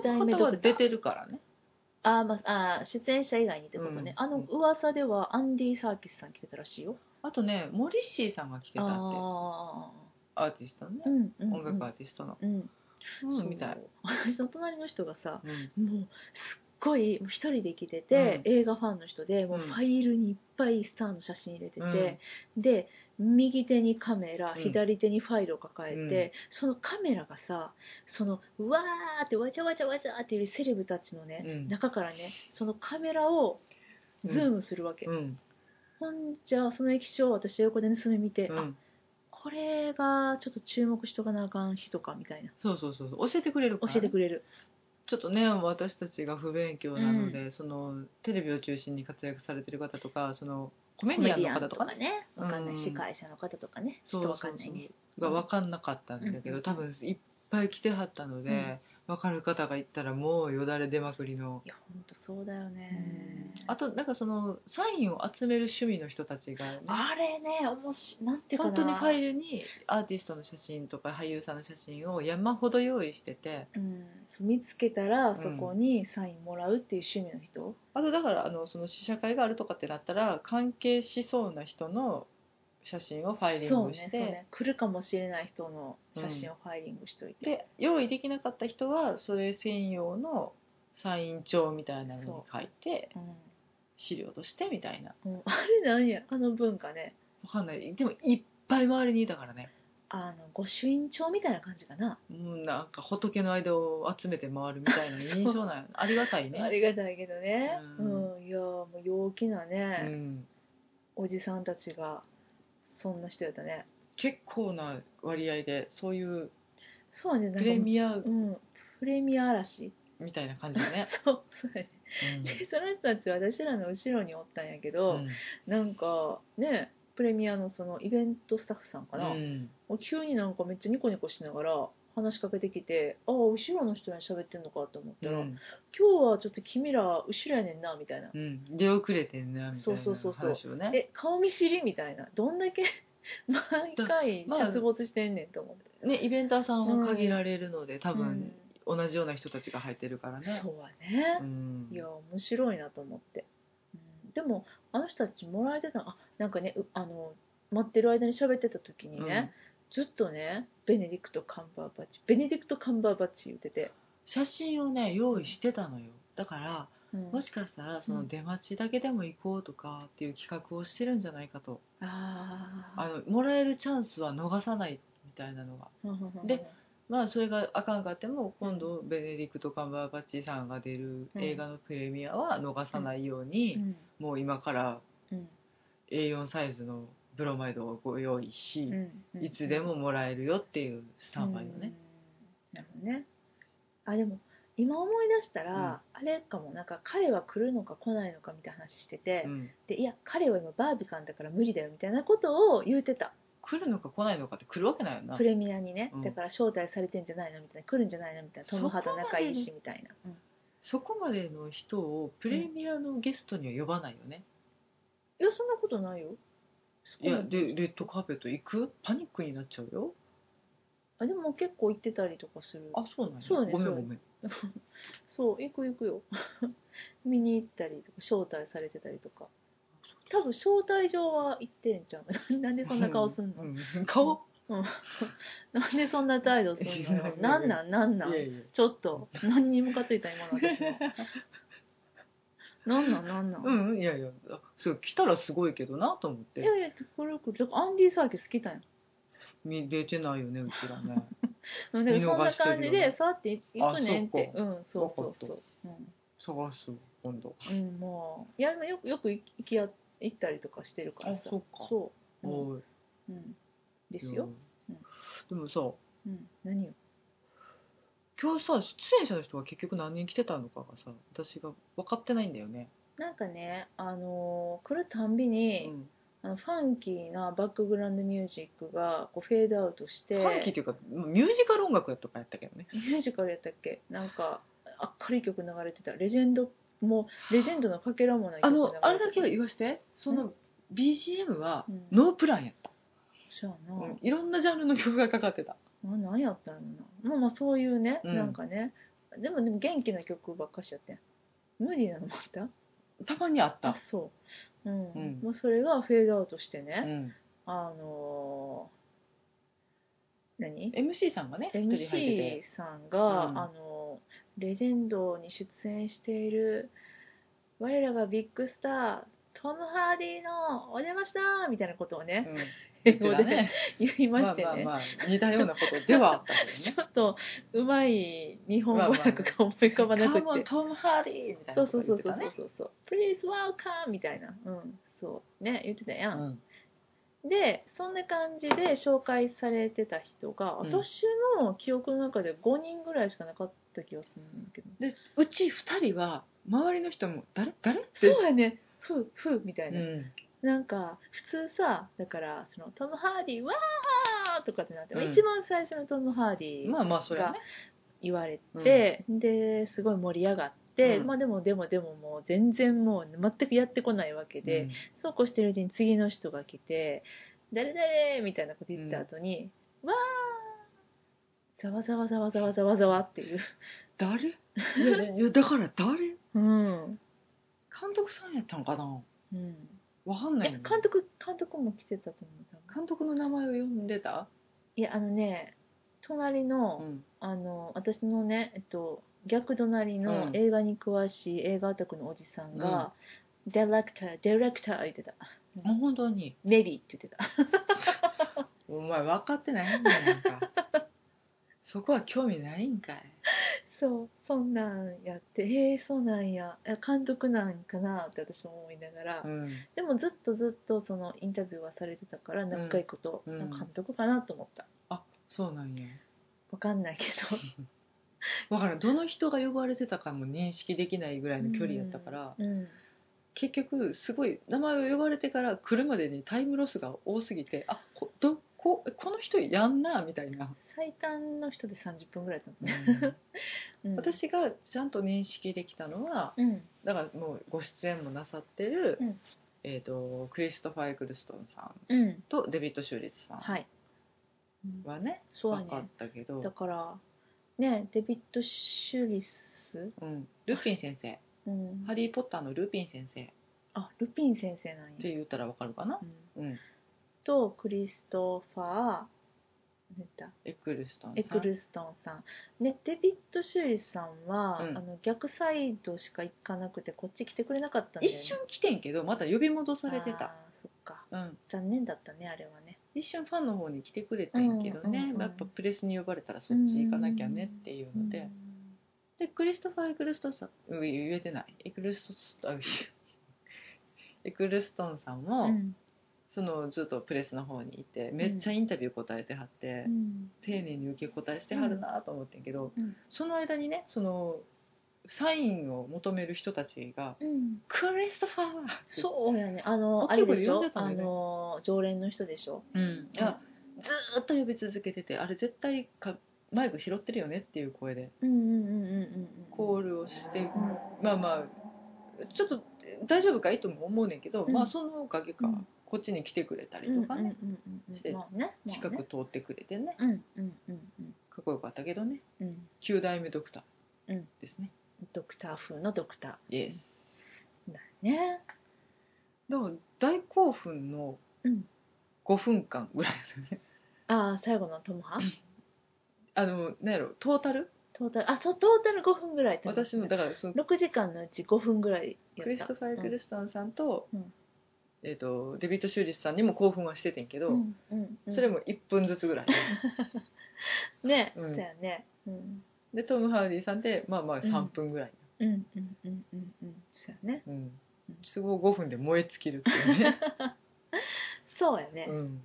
S1: 九代目ド
S2: は
S1: クタ
S2: 出
S1: ー
S2: てるからね
S1: あー、まあ、あー出演者以外にってことね、
S2: うん
S1: あの噂ではアンディ・サーキスさん来てたらしいよ
S2: あとねモリッシーさんが来てたって
S1: あ
S2: アーティストのね
S1: あ、うんうんうん、
S2: 音楽アーティストの、
S1: うん、
S2: うん
S1: そう
S2: みたい、
S1: 私の隣の人がさ
S2: うん
S1: もうすっごいもう一人で来てて、映画ファンの人でもううんファイルにいっぱいスターの写真入れてて、で右手にカメラ
S2: うん
S1: 左手にファイルを抱えて、
S2: うん
S1: そのカメラがさそのうわーってわちゃわちゃわちゃっていうセレブたちのね、
S2: うん
S1: 中からねそのカメラをズームするわけ、
S2: うん
S1: ほんじゃあその液晶を私横で盗み見て、
S2: う
S1: あ
S2: ん、
S1: これがちょっと注目しとかなあかん人かみたいな
S2: そうそうそうそう教えてくれる
S1: 教
S2: から、ね、
S1: えてくれる、
S2: ちょっとね私たちが不勉強なので、そのテレビを中心に活躍されてる方とかそのコメ
S1: コ
S2: デ
S1: メ
S2: ィ
S1: デ
S2: アン
S1: ィア
S2: の
S1: ン
S2: 方
S1: と
S2: と
S1: か
S2: か
S1: ね
S2: ね
S1: わかんな
S2: う
S1: い
S2: ん
S1: 司会者の方とかねちょっとわかんないね
S2: が分かんなかったんだけど、
S1: うん
S2: 多分いっぱい来てはったので、分かる方がいったらもうよだれ出まくりの。
S1: いや本当そうだよね
S2: あとなんかそのサインを集める趣味の人たちが、ね、
S1: あれねおもしなんていうか
S2: 本
S1: な
S2: 当にファイルにアーティストの写真とか俳優さんの写真を山ほど用意してて
S1: うん、そう見つけたら
S2: ん
S1: そこにサインもらうっていう趣味の人、
S2: あとだからあのその試写会があるとかってなったら関係しそうな人の写真をファイリン
S1: そう
S2: グ
S1: ね
S2: し
S1: そ
S2: て、
S1: うね来るかもしれない人の写真をファイリングしといて、
S2: で用意できなかった人はそれ専用のサイン帳みたいなのに書いて
S1: う
S2: 資料としてみたいなん
S1: うん、あれなんやあの文化ね
S2: わかんないでもいっぱい周りにいたからね
S1: あの御朱印帳みたいな感じかな、
S2: もうなんか仏の間を集めて回るみたいな印象 なんよありがたいね
S1: ありがたいけどね、う
S2: うんん
S1: いやーもう陽気なね、
S2: うん、
S1: おじさんたちがそんな人やったね
S2: 結構な割合でそういう
S1: そうねなんか
S2: プレミア
S1: うんプレミア嵐、
S2: みたいな感じだね
S1: そうそうやねでその人たちは私らの後ろにおったんやけ
S2: うん
S1: ど、なんかねプレミアのそのイベントスタッフさんかな、
S2: うん
S1: もう急になんかめっちゃニコニコしながら話しかけてきて「ああ後ろの人に喋ってんのか」と思ったら、
S2: うん
S1: 今日はちょっと君ら後ろやねんな」みたいな
S2: うん、出遅れてんなみたいな
S1: そうそうそう
S2: 話をね
S1: え顔見知りみたいなどんだけ毎回
S2: まあ
S1: 出没してんねんと思って、
S2: ねイベンターさんは限られるので、多分同じような人たちが入ってるから
S1: うん
S2: ね。
S1: そうやね、
S2: ん
S1: いや面白いなと思って、うん、でもあの人たちもらえてたのあなんかねうあの待ってる間に喋ってた時にね、ずっとねベネディクト・カンバーバッチベネディクト・カンバーバッチ言ってて、
S2: 写真をね用意してたのよだから
S1: うん
S2: もしかしたらその出待ちだけでも行こうとかっていう企画をしてるんじゃないかと
S1: あ
S2: あのもらえるチャンスは逃さないみたいなのが
S1: あ
S2: でまあそれがあかんかっても今度ベネディクト・カンバーバッチさんが出る映画のプレミアは逃さないように、
S1: ん
S2: もう今から
S1: うん
S2: A4 サイズのブロマイドをご用意し、
S1: うん
S2: いつでももらえるよっていうスタンバイをね、
S1: うん。なるほどね。あでも今思い出したら、あれかもなんか彼は来るのか来ないのかみたいな話してて、
S2: うん
S1: でいや彼は今バービカンだから無理だよみたいなことを言うてた
S2: 来るのか来ないのかって来るわけないよな
S1: プレミアにね、
S2: うん
S1: だから招待されてんじゃないのみたいな来るんじゃないのみたいなトム・ハート仲いいしみたいな、うん
S2: そこまでの人をプレミアのゲストには呼ばないよね、
S1: いやそんなことないよそこ
S2: い
S1: ま
S2: やでレッドカーペット行くパニックになっちゃうよ
S1: あでも結構行ってたりとかする
S2: あそうなんや
S1: そうね
S2: ごめん
S1: そう
S2: ご
S1: ね
S2: めん
S1: そう行く行くよ 見に行ったりとか招待されてたりとか多分招待状は行ってんじゃん なんでそんな顔すんの、
S2: うんうん 顔
S1: なんでそんな態度すん
S2: いやい
S1: の
S2: やい
S1: よ
S2: や
S1: なんなんなんなん
S2: いやいや
S1: ちょっと何にムカついた今の私 もなんなんなんなん、
S2: うんうんいやいやあそう来たらすごいけどなと思っ
S1: い
S2: て
S1: やいやこれこれアンディ・サーキス来たんや
S2: 見れてないよねうちらね
S1: うんだからそんな感
S2: 見
S1: じ
S2: 逃してるよね
S1: でさって行くねんって
S2: あ
S1: うんそうそうそう
S2: わ
S1: うん
S2: 探す今度
S1: うんもういやでもよくよく行きや行ったりとかしてるからさ
S2: あそうか
S1: そううん
S2: おい
S1: うんですよ、
S2: うんでもさ
S1: うん、何よ
S2: 今日さ出演者の人が結局何人来てたのかがさ私が分かってないんだよね、
S1: なんかねあのー来るたんび
S2: う
S1: に、
S2: ん、
S1: あのファンキーなバックグラウンドミュージックがこうフェードアウトして
S2: 歓喜っていうかミュージカル音楽やったからやったけどね
S1: ミュージカルやったっけなんか明るい曲流れてたレジェンドもうレジェンドのかけらもない
S2: あ
S1: 曲流れ
S2: の
S1: てた
S2: あれだけは言わしてその BGM は
S1: うん
S2: ノープランやった、
S1: そうやな、
S2: うんいろんなジャンルの曲がかかってた
S1: まあ、何やったのなまあまあそういうね、
S2: うん
S1: なんかねでもでも元気な曲ばっかしやってん無理なのもあった
S2: たまにあった
S1: あ、そううん、
S2: うん
S1: もうそれがフェードアウトして
S2: う
S1: ね、
S2: ん、
S1: あのー何
S2: MC さんがね一人入ってて
S1: MC さんが、
S2: うん
S1: あのレジェンドに出演している我らがビッグスタートム・ハーディのお邪魔したみたいなことをね、
S2: うん
S1: 英
S2: 言
S1: 語
S2: ってた
S1: で、
S2: ね
S1: 言いましてね、
S2: あまあまあ似たようなことではあったけど ね
S1: ちょっとうまい日本語訳が思い浮かばなくて、
S2: カモントム・ハーディーみたい
S1: そ
S2: な
S1: うそ
S2: こと
S1: うそ
S2: 言っ
S1: う
S2: て
S1: そう
S2: たね。
S1: そうそう「Please welcome」みたいな、うん、そうね言ってたや、
S2: うんん
S1: でそんな感じで紹介されてた人が
S2: うん
S1: 私の記憶の中で5人ぐらいしかなかった気がするんだけど
S2: でうち二人は周りの人も誰誰って
S1: そうやね。ふう、ふう、みたいな。
S2: うん
S1: なんか、普通さ、だから、その、トム・ハーディー、わーとかってなって、
S2: うん
S1: 一番最初のトム・ハーディ
S2: ま
S1: ー
S2: あまあそれはね。
S1: 言われて、で、すごい盛り上がって、
S2: うん
S1: まあでも、でも、でももう、全然もう、全くやってこないわけで、そうこうしてるうちに次の人が来て、誰誰みたいなこと言った後に、わーざわざわざわざわざわざわっていう。
S2: 誰いやいやだから誰監
S1: うん。
S2: 督さんやったんかな
S1: うん。
S2: わかんな
S1: え、
S2: いよね
S1: 監督、監督も来てたと思う。多分
S2: 監督の名前を呼んでた
S1: いやあのね隣
S2: う
S1: の,、
S2: ん
S1: あの私のね、えっと、逆隣の
S2: うん
S1: 映画に詳しい映画オタクのおじさんが「ディレクターディレクター」言ってた
S2: もう本当に
S1: 「メビー」って言ってた
S2: お前分かってないんだよな んかそこは興味ないんかい
S1: そうそんなんやってへえそうなんやえ監督なんかなって私も思いながら、
S2: うん
S1: でもずっとずっとそのインタビューはされてたから何回こと、
S2: うん
S1: あ監督かなと思った
S2: あそうなんや
S1: わかんないけど
S2: わからんどの人が呼ばれてたかも認識できないぐらいの 距離やったから、
S1: うん
S2: 結局すごい名前を呼ばれてから来るまでにタイムロスが多すぎてあこどここの人やんなみたいな、
S1: 最短の人で30分ぐらいだった、うん、
S2: 私がちゃんと認識できたのは
S1: うん
S2: だからもうご出演もなさってる、
S1: うん
S2: えー、とクリストファー・エクルストンさん
S1: うん
S2: とデビッド・シューリッツさ
S1: はい
S2: んはね、
S1: そうや
S2: 分かっ
S1: ね
S2: たけど、
S1: だからねデビッド・シュリス、
S2: うん、ルピン先生
S1: うん
S2: 「ハリー・ポッター」のルピン先生っ
S1: あルピン先生なんや
S2: て、言ったらわかるかな、
S1: うん
S2: うん、
S1: とクリストファーなんだ
S2: エクルストン
S1: エ
S2: さ
S1: ク
S2: ん
S1: ルストンさん、ね、デビッド・シュリスさんは、
S2: うん
S1: あの逆サイドしか行かなくてこっち来てくれなかったんだよ
S2: 一
S1: ね
S2: 瞬来てんけどまた呼び戻されて
S1: あ
S2: た、
S1: ーそっか
S2: うん、
S1: 残念だったねあれはね
S2: 一瞬ファンの方に来てくれたんやけどね、
S1: うんうんうん
S2: やっぱプレスに呼ばれたらそっち行かなきゃねっていうので、でクリストファー・エクルストンさんう言えてないエクルストンエクルストンさんも、
S1: うん
S2: そのずっとプレスの方にいてめっちゃインタビュー答えてはって、
S1: うん
S2: 丁寧に受け答えしてはるなと思ってんけど、
S1: うん
S2: その間にねそのサインを求める人たちが
S1: うん
S2: 「クリストファー!」
S1: そうやねあのあ
S2: 大きい
S1: れ
S2: 声
S1: で
S2: で
S1: し
S2: 呼ん
S1: ょ
S2: じゃったん
S1: あ
S2: だよね
S1: の常連の人でしょ
S2: うん、がずーっと呼び続けててあれ絶対かマイク拾ってるよねっていう声で
S1: うんうんうんうんうん
S2: コールをしてまあまあちょっと大丈夫かいとも思うねんけど、
S1: うん
S2: まあそのおかげか、
S1: うん
S2: こっちに来てくれた
S1: う
S2: り
S1: ん
S2: とかね、
S1: うんうんうんうん
S2: して
S1: まあねまあね
S2: 近く通ってくれてね
S1: うんうんうんうん
S2: かっこよかったけどね
S1: うん
S2: 9代目ドクタ
S1: う
S2: ー
S1: ん
S2: ですね、
S1: ドクター風のドクタ
S2: イエス
S1: ーだね
S2: でも大興奮の
S1: うん
S2: 5分間ぐらい だね
S1: ああ最後のトモハ
S2: あのなんやろトータル
S1: トータルあそうトータル5分ぐらいってこと
S2: 私もだからその
S1: 6時間のうち5分ぐらいやった
S2: クリストファー・エクルストンさんと,、
S1: うん
S2: えー、とデビッド・シューリスさんにも興奮はしててんけど、
S1: うんうんうん
S2: それも1分ずつぐらい
S1: ね
S2: う
S1: そ
S2: ん
S1: うやねうん
S2: でトム・ハーディさんでまあまあ
S1: ん
S2: 3分ぐらい、
S1: うんうんうんうんうんそうやね
S2: うん
S1: うん
S2: すごい5分で燃え尽きるっていうね、
S1: そうやね
S2: うん、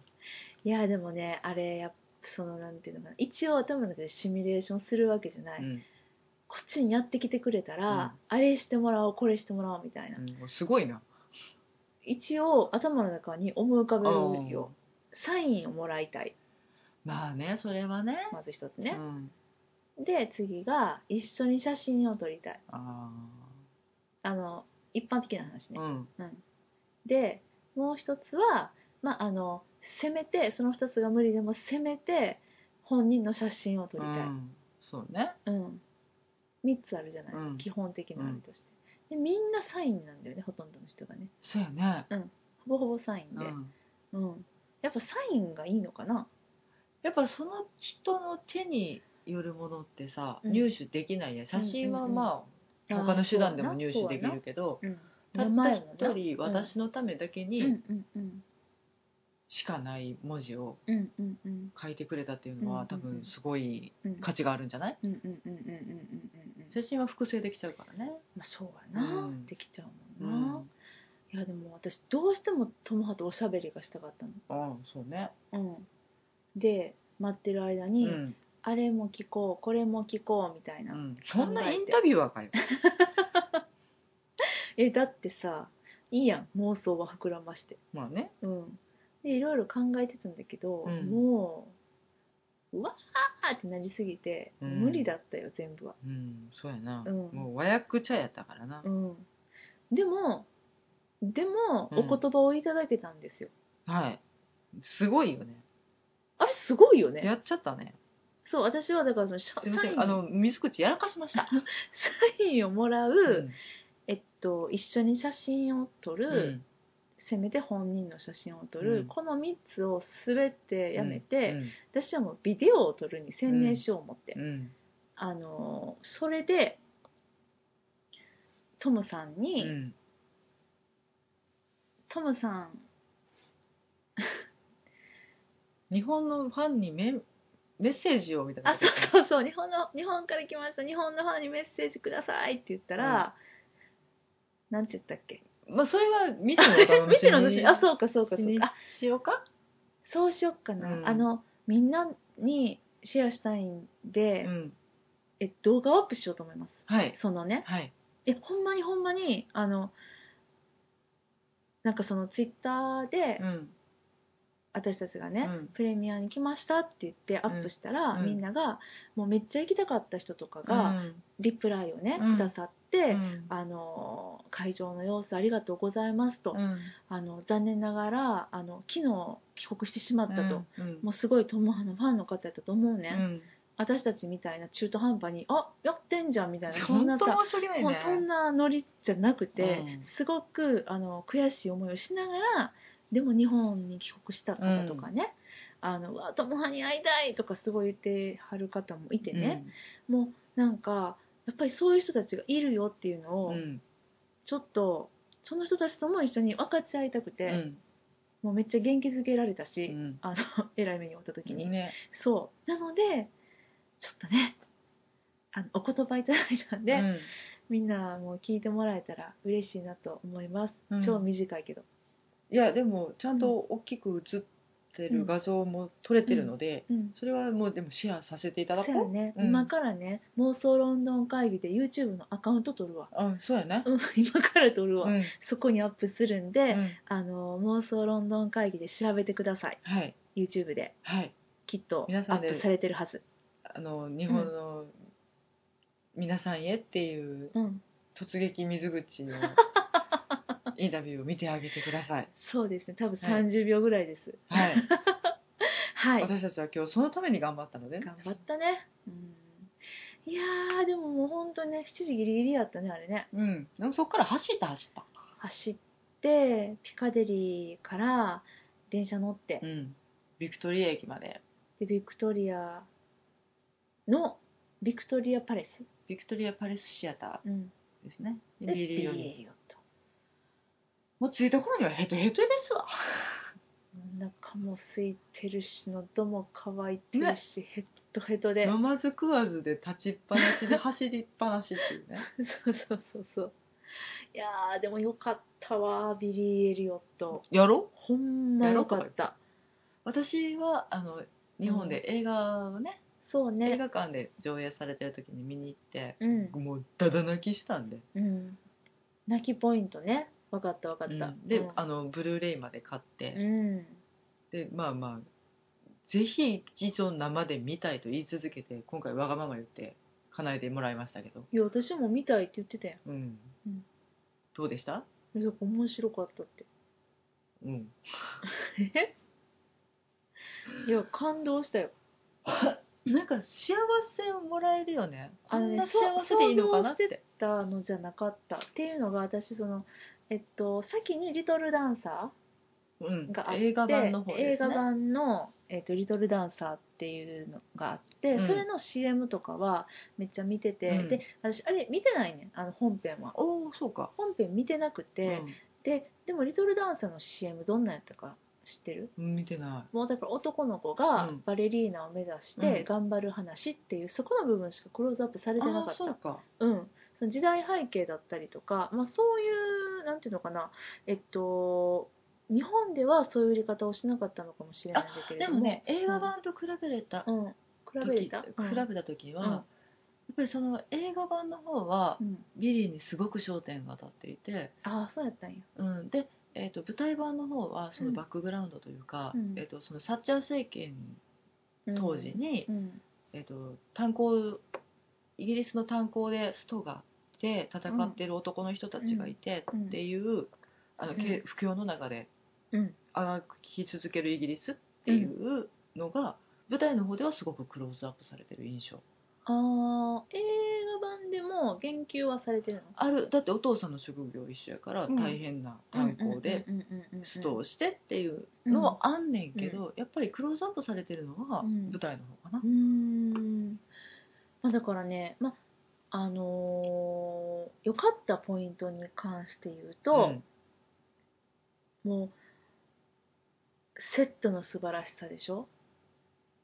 S1: いやでもねあれやっぱそのなんていうのかな一応頭の中でシミュレーションするわけじゃない、
S2: うん
S1: こっちにやってきてくれたら、
S2: うん
S1: あれしてもらおうこれしてもらおうみたいな、
S2: うんもうすごいな
S1: 一応頭の中に思い浮かべ
S2: う
S1: る
S2: ん
S1: よサインをもらいたい
S2: まあねそれはね
S1: まず一つ
S2: う
S1: ね、
S2: ん、
S1: で次が一緒に写真を撮りたい
S2: あ
S1: あの一般的な話
S2: ー
S1: ね、
S2: うん
S1: でもう一つはまああのせめてその二つが無理でもせめて本人の写真を撮り
S2: う
S1: たい、
S2: ん、そうね
S1: うん、3つあるじゃない、
S2: うん
S1: 基本的なあれとして、でみんなサインなんだよねほとんどの人がね
S2: そうやね、
S1: ほぼほぼサイン
S2: う
S1: で、
S2: ん、
S1: うんやっぱサインがいいのかな
S2: やっぱその人の手によるものってさ、
S1: うん
S2: 入手できないやん写真はまあ、
S1: あー
S2: 他の手段でも入
S1: そう
S2: 手で
S1: や
S2: き
S1: な
S2: るけど
S1: うん
S2: たっ
S1: 名前もな
S2: た一人私のためだけ
S1: うんう
S2: に
S1: んうん
S2: しかない文字を
S1: うんうんうんうん
S2: 書いてくれたっていうのは
S1: うん
S2: 多分すごい
S1: うん
S2: 価値があるんじゃない
S1: うんうんうんうんうんうんうん
S2: 写真は複製できちゃうからね、
S1: まあそうやな、
S2: うん
S1: できちゃうもんな、
S2: うん
S1: いやでも私どうしてもトモハとおしゃべりがしたかった
S2: うんそうね、
S1: のうんで待ってる間
S2: う
S1: に、
S2: ん
S1: あれも聞こうこれも聞こうみたいな、
S2: うん、そんなインタビュアーかよ、
S1: えだってさいいやん妄想は膨らまして
S2: まあね、
S1: うんでいろいろ考えてたんだけど、
S2: うん
S1: もううわーってなりすぎて、
S2: うん
S1: 無理だったよ全部は
S2: うん、そうやな、
S1: うん
S2: もう和訳茶やったからな、
S1: うんでもでも、
S2: うん
S1: お言葉をいただけたんですよ
S2: はいすごいよね
S1: あれすごいよ
S2: や
S1: ね
S2: っちゃったね
S1: そう私はだからそのシャ
S2: すい
S1: サ
S2: ませ
S1: イ
S2: ん
S1: ン
S2: あの水口やらかしました、
S1: サインをもらう、
S2: うん
S1: えっと、一緒に写真を撮る、
S2: うん
S1: せめて本人の写真を撮る、
S2: うん
S1: この3つを全てやめて、
S2: うん
S1: 私はもうビデオを撮るに専念しよう思って、
S2: うん
S1: あのーそれでトムさん
S2: う
S1: に、
S2: ん
S1: トムさん
S2: 日本のファンにメメッセージをみたいな
S1: あ
S2: こと
S1: そう
S2: 言ってた
S1: そうそう日本の日本から来ました日本のファンにメッセージくださいって言ったら、なんて言ったっけ
S2: まあそれは見てのお楽
S1: 見
S2: しみ
S1: ての私あそうかそうかそう
S2: に
S1: かあ
S2: しようか
S1: そうしよっかな、
S2: うん
S1: あのみんなにシェアしたいんで、
S2: うん
S1: え動画をアップしようと思います
S2: はい
S1: そのね
S2: はい
S1: えほんまにほんまにあのなんかそのツイッターで
S2: うん
S1: 私たちが
S2: う
S1: ね、
S2: ん
S1: プレミアに来ましたって言ってアップしたら、
S2: うん
S1: みんながもうめっちゃ行きたかった人とか
S2: う
S1: が
S2: ん
S1: リプライをね、
S2: うん
S1: くださって、
S2: うん
S1: あのー会場の様子ありがとうございますと、
S2: うん
S1: あの残念ながらあの昨日帰国してしまったと、
S2: うん
S1: もうすごいトモハのファンの方やったと思うね、、
S2: うんん
S1: 私たちみたいな中途半端に「あやってんじゃん」みたいなそん
S2: 本
S1: な
S2: 当
S1: さ
S2: 申し訳ないね
S1: もうそんなノリじゃなくて、
S2: うん
S1: すごくあの悔しい思いをしながらでも日本に帰国した方とかね「あのうわ友派に会いたい」とかすごい言ってはる方もいてね、もうなんかやっぱりそういう人たちがいるよっていうの
S2: う
S1: を、
S2: んうん
S1: ちょっとその人たちとも一緒に分かち合いたくて、
S2: うん
S1: もうめっちゃ元気づけられたし、
S2: うん
S1: あの えらい目に遭った時に、
S2: ね
S1: そうなのでちょっとねあのお言葉いただいたんで、
S2: うん
S1: みんなもう聞いてもらえたら嬉しいなと思います、
S2: うん
S1: 超短いけど
S2: いやでもちゃんと大きく写ってる画像も撮れてるので、
S1: うん
S2: それはもうでもシェアさせていただ
S1: そ
S2: こ
S1: うや
S2: う
S1: ね、
S2: うん
S1: 今からね妄想ロンドン会議で YouTube のアカウント取るわ、
S2: うんそうやね
S1: うん、 今から取るわ、
S2: うん
S1: そこにアップするんで、
S2: うん
S1: あの妄想ロンドン会議で調べてください
S2: はい
S1: YouTube で
S2: はい
S1: きっとア
S2: 皆さんで
S1: ップされてるはず
S2: あの日本の皆さんへっていう
S1: うん
S2: 突撃水口のインタビューを見てあげてください
S1: そうですね多分
S2: はい
S1: 30秒ぐらいです
S2: はい、
S1: はい、
S2: 私たちは今日そのために頑張ったので
S1: 頑張ったねうんいやーでももう本当にね7時ギリギリやったねあれね
S2: うんでもそこから走った走った
S1: 走ってピカデリーから電車乗って、
S2: うんビクトリア駅まで
S1: でビクトリアのビクトリアパレス、
S2: ビクトリアパレスシアタ
S1: うん、
S2: ーですね
S1: で
S2: でビリー
S1: ビ
S2: ヨ
S1: リ
S2: に
S1: ーヨと
S2: もう着いた頃にはヘトヘトですわ
S1: お腹も空いてるし喉も乾いてるし、ヘッドヘトで
S2: 飲まず食わずで立ちっぱなしで走りっぱなしっていうね
S1: そうそうそうそういやーでもよかったわビリー・エリオット
S2: やろ
S1: ほんまよか
S2: やろ
S1: っ
S2: う
S1: た
S2: 私はあの日本で映画をね、
S1: そう
S2: 映
S1: ね
S2: 画館で上映されてる時に見に行って、
S1: うん
S2: もうダダ泣きしたんで、
S1: うん泣きポイントね分かった分かった、
S2: うんで、
S1: うん
S2: あのブルーレイまで買って、
S1: うん
S2: でまあまあぜひ一度生で見たいと言い続けて今回わがまま言って叶えてもらいましたけど、
S1: いや私も見たいって言ってたや
S2: うん
S1: うん
S2: どうでした、
S1: んなんか面白かったって
S2: うん、
S1: いや感動したよ
S2: なんか幸せをもらえるよねこ
S1: あの
S2: ん
S1: ね
S2: な幸せでいいのかなっ
S1: 想像
S2: て
S1: たのじゃなかったっていうのが私そのえっと先に「リトルダンサ
S2: うん
S1: ー」があって
S2: 映画版の方
S1: 映
S2: です
S1: 画
S2: ね
S1: 版の、えっと「リトルダンサー」っていうのがあって、
S2: うん
S1: それの CM とかはめっちゃ見てて、
S2: うん
S1: で私あれ見てないねんあの本編は
S2: おおそうか、
S1: 本編見てなくて、ででも「リトルダンサー」の CM どんなんやったか知ってる
S2: うん、見てな
S1: もうだから男の子が
S2: うん
S1: バレリーナを目指して頑張る話っていう、そこの部分しかクローズアップさ
S2: い
S1: れてな
S2: あ
S1: か
S2: あ
S1: っ
S2: そう
S1: た
S2: か
S1: うん、その時代背景だったりとか、まあ、そういうなんていうのかなえっと日本ではそういう売り方をしなかったのかもしれないんだけれ
S2: で
S1: ども
S2: もね映画版と比べれた
S1: うん、比べれ
S2: 時、
S1: た
S2: 比べた時は、
S1: うん
S2: やっぱりその映画版の方は、
S1: うんうん、
S2: ビリーにすごく焦点が当たっていて、
S1: ああそうやったんや
S2: うん、で、えー、と舞台版の方はそのバックグラウンドというか、
S1: うん
S2: えー、とそのサッチャー政権
S1: うん
S2: 当時に、
S1: うん
S2: えー、と炭鉱イギリスの炭鉱でストがあって戦っている男の人たちがいて
S1: うん
S2: っていう、あの
S1: う
S2: け
S1: ん
S2: 不況の中で
S1: うん
S2: あがき続けるイギリスっていうのが、舞台の方ではすごくクローズアップされてる印象
S1: ああ映画版でも言及はされてるの
S2: あるだってお父さんの職業一緒やから
S1: うん
S2: 大変な炭鉱で
S1: うんうんうんうんうん
S2: ストをしてっていうのはあんねんけど、やっぱりクローズアップされてるのは
S1: うん
S2: 舞台の方かな
S1: うー、んまあ、だからね、まああのー良かったポイントに関して言うと、もうセットの素晴らしさでしょ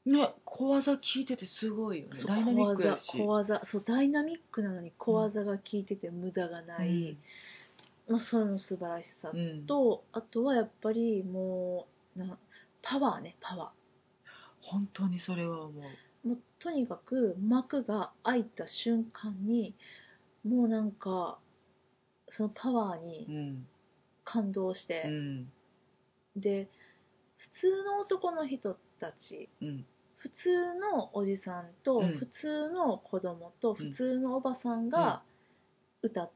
S2: うんね小技聞いててすごいよね
S1: そう
S2: ダイナミックやし
S1: 小技小技そうダイナミックなのに小技が効いてて無駄がない、まあ、それの素晴らしさ
S2: うんうん
S1: と、あとはやっぱりもうなパワーねパワ
S2: 本当にそれは思う
S1: ーもうとにかく幕が開いた瞬間にもうなんかそのパワー
S2: う
S1: に
S2: ん、
S1: 感動して
S2: う、ん
S1: で普通の男の人たち
S2: うん
S1: 普通のおじさんと、
S2: うん
S1: 普通の子供と
S2: うん
S1: 普通のおばさんが歌っ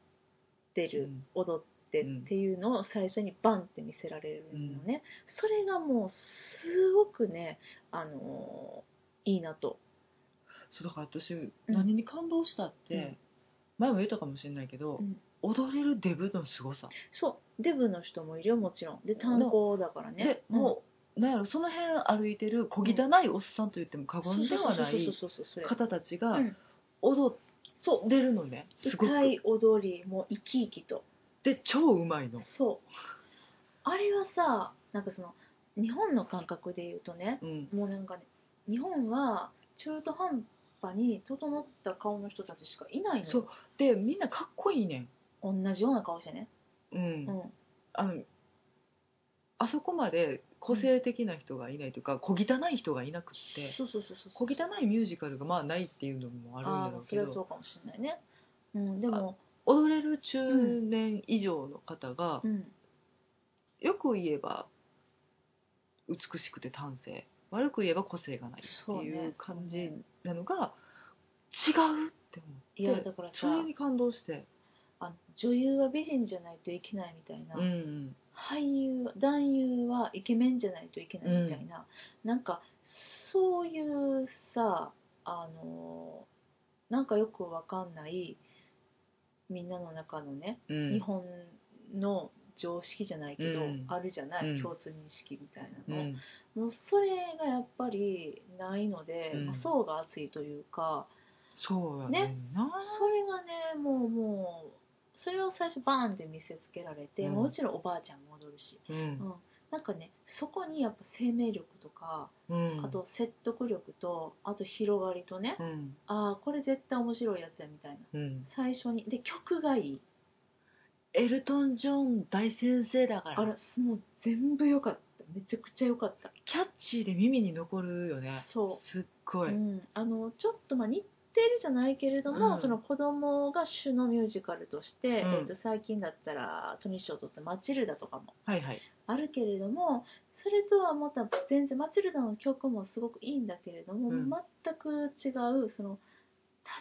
S1: てる、踊ってっていうのを最初にバンって見せられるのね、それがもうすごくね、あのーいいなと。
S2: そうだから私何に感動したって、
S1: うん
S2: 前も言ったかもしれないけど、
S1: うん
S2: 踊れるデブのすごさ、
S1: そうデブの人もいるよもちろんで炭鉱だからね
S2: でもう、なんやろその辺歩いてる小汚いおっさんと言っても過
S1: うん
S2: 言ではない
S1: そうそうそうそうそうそう
S2: 方たち
S1: そ
S2: が
S1: れうん
S2: 踊
S1: そ
S2: れるのねす
S1: う
S2: ごく
S1: 歌い踊りもう生き生きと
S2: で超うまいの
S1: そうあれはさなんかその日本の感覚で言うとね
S2: うん
S1: もうなんかね日本は中途半端に整った顔の人たちしかいないのよ
S2: そうでみんなかっこいいね
S1: 同じような顔してね、
S2: ん、うん
S1: うん、
S2: あのあそこまで個性的な人がいないというか、小汚い人がいなくって
S1: そうそうそうそう
S2: 小汚いミュージカルがまあないっていうのもあるん
S1: あ
S2: だろ
S1: あ
S2: う
S1: そ
S2: け
S1: れはそ
S2: ど
S1: うかもしれないね、うん、でも、
S2: 踊れる中年以上の方が、
S1: うん、
S2: よく言えば美しくて端正悪く言えば個性がないって
S1: そう
S2: い
S1: ね
S2: う感
S1: そう
S2: じ
S1: ね
S2: なのが違うって
S1: い
S2: 思
S1: や
S2: って
S1: だから
S2: そ
S1: さ
S2: れに感動して、
S1: あの女優は美人じゃないといけないみたいな、
S2: うんうん
S1: 俳優男優はイケメンじゃないといけないみたいな、なんかそういうさあのーなんかよくわかんないみんなの中のね、
S2: うん、
S1: 日本の常識じゃないけど、
S2: うん
S1: あるじゃない、
S2: うん
S1: 共通認識みたいな
S2: う
S1: の、
S2: ん
S1: もうそれがやっぱりないので、
S2: うん
S1: まあ層が厚いというか
S2: そうやねんな、
S1: それがねもうもうそれを最初バーンって見せつけられて、
S2: うん
S1: もちろんおばあちゃんも踊るし、
S2: うん
S1: うん、なんかねそこにやっぱ生命力とか、
S2: うん、
S1: あと説得力とあと広がりとね、
S2: うん
S1: ああこれ絶対面白いやつやみたいな
S2: うん、
S1: 最初にで曲がいい
S2: エルトン・ジョン大先生だか
S1: あれ
S2: ら
S1: もう全部良かっためちゃくちゃ良かった
S2: キャッチーで耳に残るよね
S1: そう
S2: すっごい、
S1: うん、あのちょっとまあ似てるじゃないけれども、
S2: うん
S1: その子供が主のミュージカルとして、
S2: うん
S1: えっと最近だったらトニー賞を取った「マチルダ」とかも
S2: はいはい
S1: あるけれどもそれとはまた全然マチルダの曲もすごくいいんだけれども、
S2: うん
S1: 全く違うその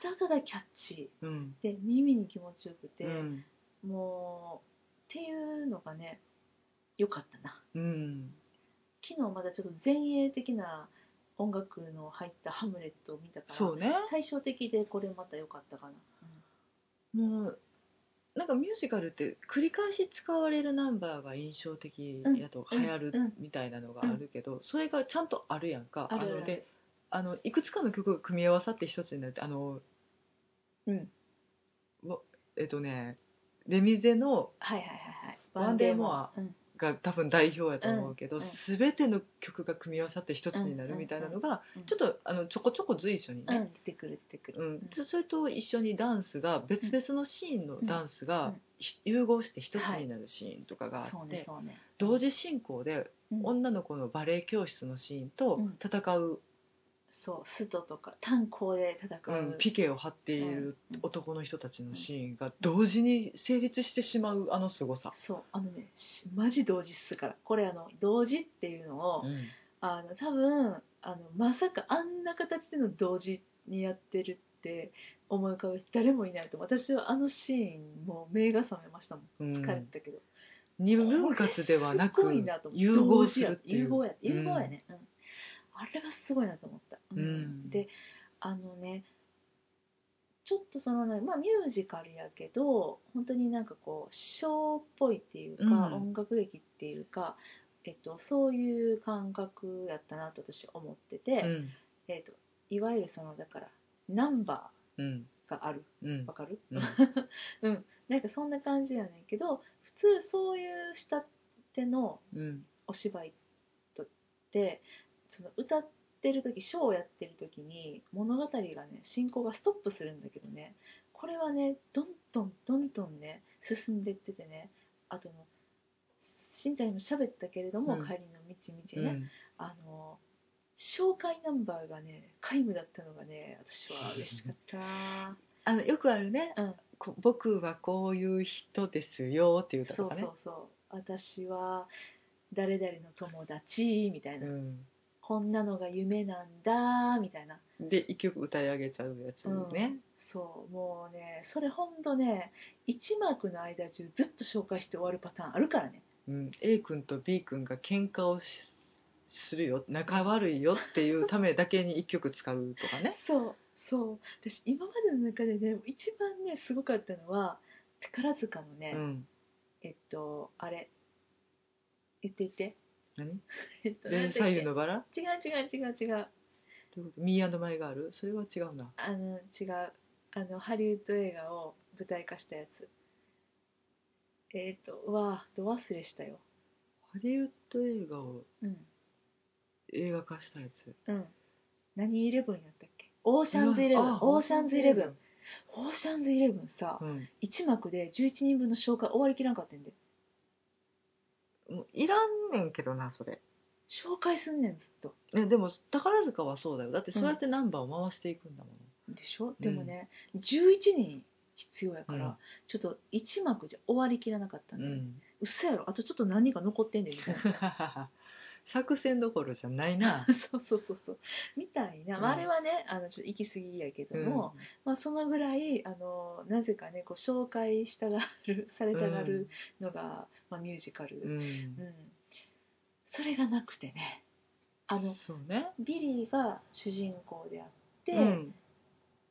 S1: ただただキャッチ
S2: うん、
S1: ーで耳に気持ちよくて、
S2: うん
S1: もうっていうのがね良かったな
S2: うん、
S1: 昨日まだちょっと前衛的な音楽の入った「ハムレット」を見たから
S2: そうね
S1: 対照的でこれまた良かったかな、
S2: もうなんかミュージカルって繰り返し使われるナンバーが印象的やと
S1: うん
S2: 流行る
S1: うんうん
S2: みたいなのがあるけど、それがちゃんとあるやんか
S1: あるある
S2: のであのいくつかの曲が組み合わさって一つになってあの
S1: うん
S2: えっとねレミゼの
S1: はいはいはいはい
S2: ワンデーモア
S1: ワンデーモ
S2: が多分代表やと思うけど、
S1: うん
S2: 全ての曲が組み合わさって一つになるみたいなのが、
S1: うんうん
S2: ちょっとあのちょこちょこ随所に
S1: うん、う
S2: ね、
S1: ん、出てくる出てくる、
S2: うんそれと一緒にダンスが別々のシーンのダンス
S1: うんう
S2: が
S1: ん
S2: ひ融合して一つになるシーンとかがあって、
S1: そうねそうね
S2: 同時進行で
S1: うん
S2: 女の子のバレエ教室のシーンと
S1: うん
S2: 戦う、
S1: そうストとか炭鉱で戦う、
S2: うんピケを張っている男の人たちのシーンが同時に成立してしまうあの凄さ。
S1: そうあのねしマジ同時っすからこれあの同時っていうのを、
S2: うん
S1: あの多分あのまさかあんな形での同時にやってるって思い浮かべる人誰もいないと思う私はあのシーンもう目が覚めましたもん
S2: うん
S1: 疲れてたけど、
S2: 二分割ではな
S1: すご
S2: く
S1: いなと思って
S2: 融合するってい
S1: 融
S2: う
S1: 合や
S2: うん
S1: 融合やね、うんあれはすごいなと思った、うん
S2: うん
S1: であのねちょっとそのねまあミュージカルやけど本当になんかこうショーっぽいっていうか、
S2: うん
S1: 音楽劇っていうかえっと、そういう感覚やったなと私思ってて、
S2: うん
S1: えっと、いわゆるそのだからナンバ
S2: うん
S1: ーがある
S2: うん
S1: わかる、
S2: うん
S1: うん、なんかそんな感じやねんけど普通そういう下手の
S2: うん
S1: お芝居とってその歌ってる時ショーをやってる時に物語がね進行がストップするんだけどねこれはねどんどんどんどんね進んでっててねあとのしんちゃんにも喋ったけれども、
S2: うん
S1: 帰りの道
S2: う
S1: 々ね、
S2: ん
S1: あの紹介ナンバーがね皆無だったのがね私は嬉しかったな
S2: あのよくあるね
S1: うん
S2: こ僕はこういう人ですよ」っていう 歌
S1: そ
S2: と
S1: う
S2: か
S1: そ
S2: ね
S1: うそう私は誰々の友達みたいな、
S2: うん
S1: こんなのが夢なんだみたいな
S2: で一曲歌い上げちゃうやつね、
S1: そうもうねそれほんとね1幕の間中ずっと紹介して終わるパターンあるからね
S2: うん A 君と B 君が喧嘩をしするよ仲悪いよっていうためだけに一曲使うと かね
S1: そうそう私今までの中でね一番ねすごかったのは宝塚のね、
S2: うん
S1: えっとあれ言って言って
S2: 何
S1: えっと
S2: で左
S1: な
S2: 右
S1: んだっ
S2: のバラ
S1: け違う違う違う違う
S2: どういうことミーマイガールそれは違うな
S1: あの違うあのハリウッド映画を舞台化したやつえっとうわーど忘れしたよ
S2: ハリウッド映画を
S1: うん
S2: 映画化したやつ
S1: うん何イレブンやったっけオーシャンズイレブン
S2: あ
S1: オーシャンズイレブンオーシャンズイレブンさ
S2: うん
S1: 1幕で11人分の紹介終わりきらんかったんで
S2: もういらんねんけどなそれ
S1: 紹介すんねんずっと
S2: ねでも宝塚はそうだよだってそうやってナンバーを回していくんだもん、
S1: でしょでもね、11人必要やから、
S2: うん
S1: ちょっと1幕じゃ終わりきらなかったん
S2: う
S1: で、
S2: ん、
S1: 嘘やろあとちょっと何か残ってんねんみたい な
S2: 作戦どころじゃない な
S1: そうそうそうそうみたいな、まあ、
S2: うん
S1: あれはねあのちょっと行き過ぎやけども、まあ、そのぐらいあのなぜかねこう紹介したがるされたがるのが、まあ、ミュージカル、
S2: うん、うん
S1: うんそれがなくてねあの
S2: そうね
S1: ビリーが主人公であって、
S2: うん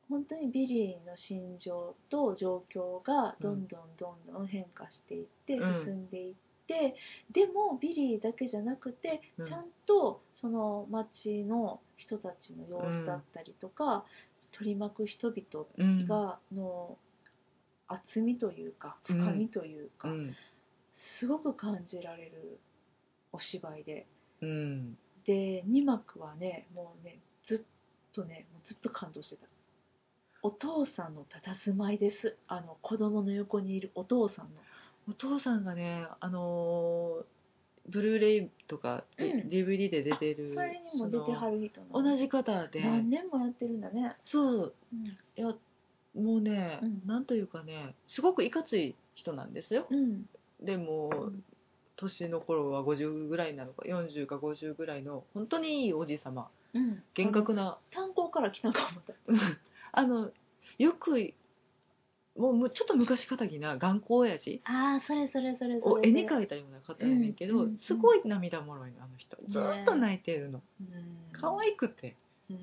S1: 本当にビリーの心情と状況がどんどんどんどん変化していって
S2: うん
S1: 進んでいって、でもビリーだけじゃなくて、
S2: うん
S1: ちゃんとその街の人たちの様子だったりとか、取り巻く人々
S2: うん
S1: がの厚みというか
S2: うん
S1: 深みという
S2: う
S1: か、
S2: ん
S1: すごく感じられるお芝居で
S2: うん
S1: で2幕はねもうねずっとねもうずっと感動してたお父さんの佇まいですあの子供の横にいるお父さんの
S2: お父さんがねあのーブルーレイとか、
S1: うん
S2: DVD で出てる
S1: あそれにも出てはる人
S2: そ
S1: の
S2: の同じ方で
S1: 何年もやってるんだね、
S2: そう
S1: うん
S2: いやもうね、
S1: うん
S2: なんというかねすごくいかつい人なんですよ
S1: うん
S2: でも年の頃は50ぐらいなのか40か50ぐらいの本当にいいおじい様
S1: うん、
S2: 厳
S1: あの
S2: 格な
S1: 炭鉱から来たかもだ
S2: あのよくもうむちょっと昔かたぎな頑固親父
S1: ああそれそれそれそ
S2: を
S1: れ
S2: 絵に描いたような方やねんけど、
S1: うん
S2: すごい涙もろいのあの人ずーっと泣いてるの
S1: うん
S2: 可愛くて
S1: うん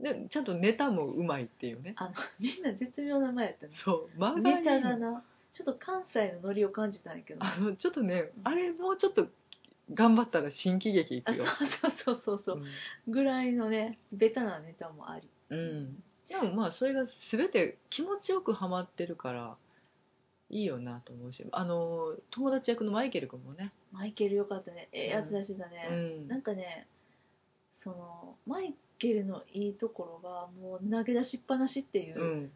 S2: でちゃんとネタもうまいっていうね
S1: あのみんな絶妙な前やったね
S2: そう間がい
S1: ネ
S2: い
S1: タがなちょっと関西のノリを感じたんやけど
S2: あのちょっとねあれもうちょっと頑張ったら新喜劇い
S1: あ
S2: く
S1: そう
S2: よ
S1: そうそうそう、ぐらいのねベタなネタもあり
S2: うん、うんでもまあそれが全て気持ちよくハマってるからいいよなと思うしあの友達役のマイケル君もね、
S1: マイケルよかったねええやつ出してた
S2: う
S1: ね、
S2: ん
S1: なんかねそのマイケルのいいところがもう投げ出しっぱなしっていう、
S2: うん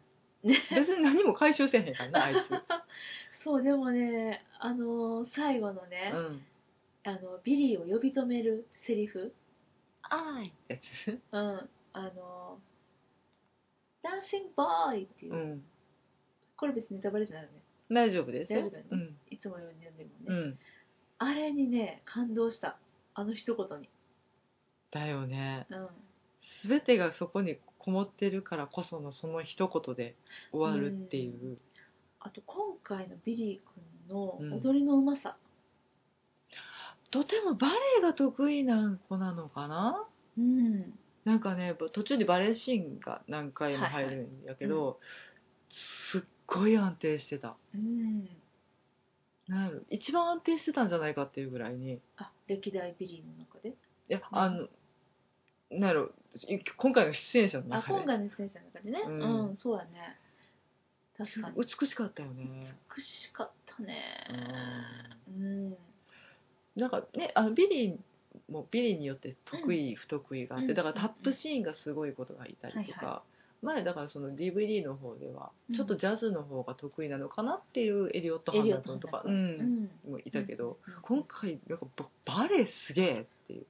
S1: ね
S2: 別に何も回収せへんからなあいつ、
S1: そうでもねあのー最後のね
S2: う、ん、
S1: あのビリーを呼び止めるセリフ
S2: あいってやつ
S1: うんあのダンシングボーイっていう、
S2: うん
S1: これ別にネタバレじゃないよね
S2: 大丈夫ですよ
S1: 大丈夫やね
S2: うん
S1: いつも読んでるも
S2: うん
S1: ね、
S2: ん
S1: あれにね感動したあの一言に
S2: だよね
S1: うん
S2: 全てがそこにこもってるからこそのその一言で終わるっていう、
S1: あと今回のビリー君の踊りのうまさ、
S2: とてもバレエが得意な子なのかな
S1: うん、
S2: なんかね途中でバレエシーンが何回も入るんやけど、
S1: は
S2: すっごい安定してた
S1: うん、
S2: なんやろ一番安定してたんじゃないかっていうぐらいにい
S1: あ歴代ビリーの中で
S2: やあの、なんやろい今回の出演者の
S1: あ
S2: 中で
S1: 今回の選手の中でね
S2: う
S1: うんん、そうやね確かに
S2: 美しかったよね、
S1: 美しかったね
S2: うん
S1: うん、
S2: なんかねあのビリーもビリーによって得意、不得意があって
S1: うん
S2: だからタップシーンがすごいことがいたりとか、
S1: はい
S2: 前だからその DVD の方では
S1: うん
S2: ちょっとジャズの方が得意なのかなっていうエリオット・ハ
S1: エ
S2: ン
S1: リ
S2: ダ
S1: オッ
S2: ー
S1: ト
S2: トンとか、
S1: ハ
S2: う、
S1: うんん、
S2: もいたけど、
S1: うん、
S2: 今回なんかババレエすげえっていう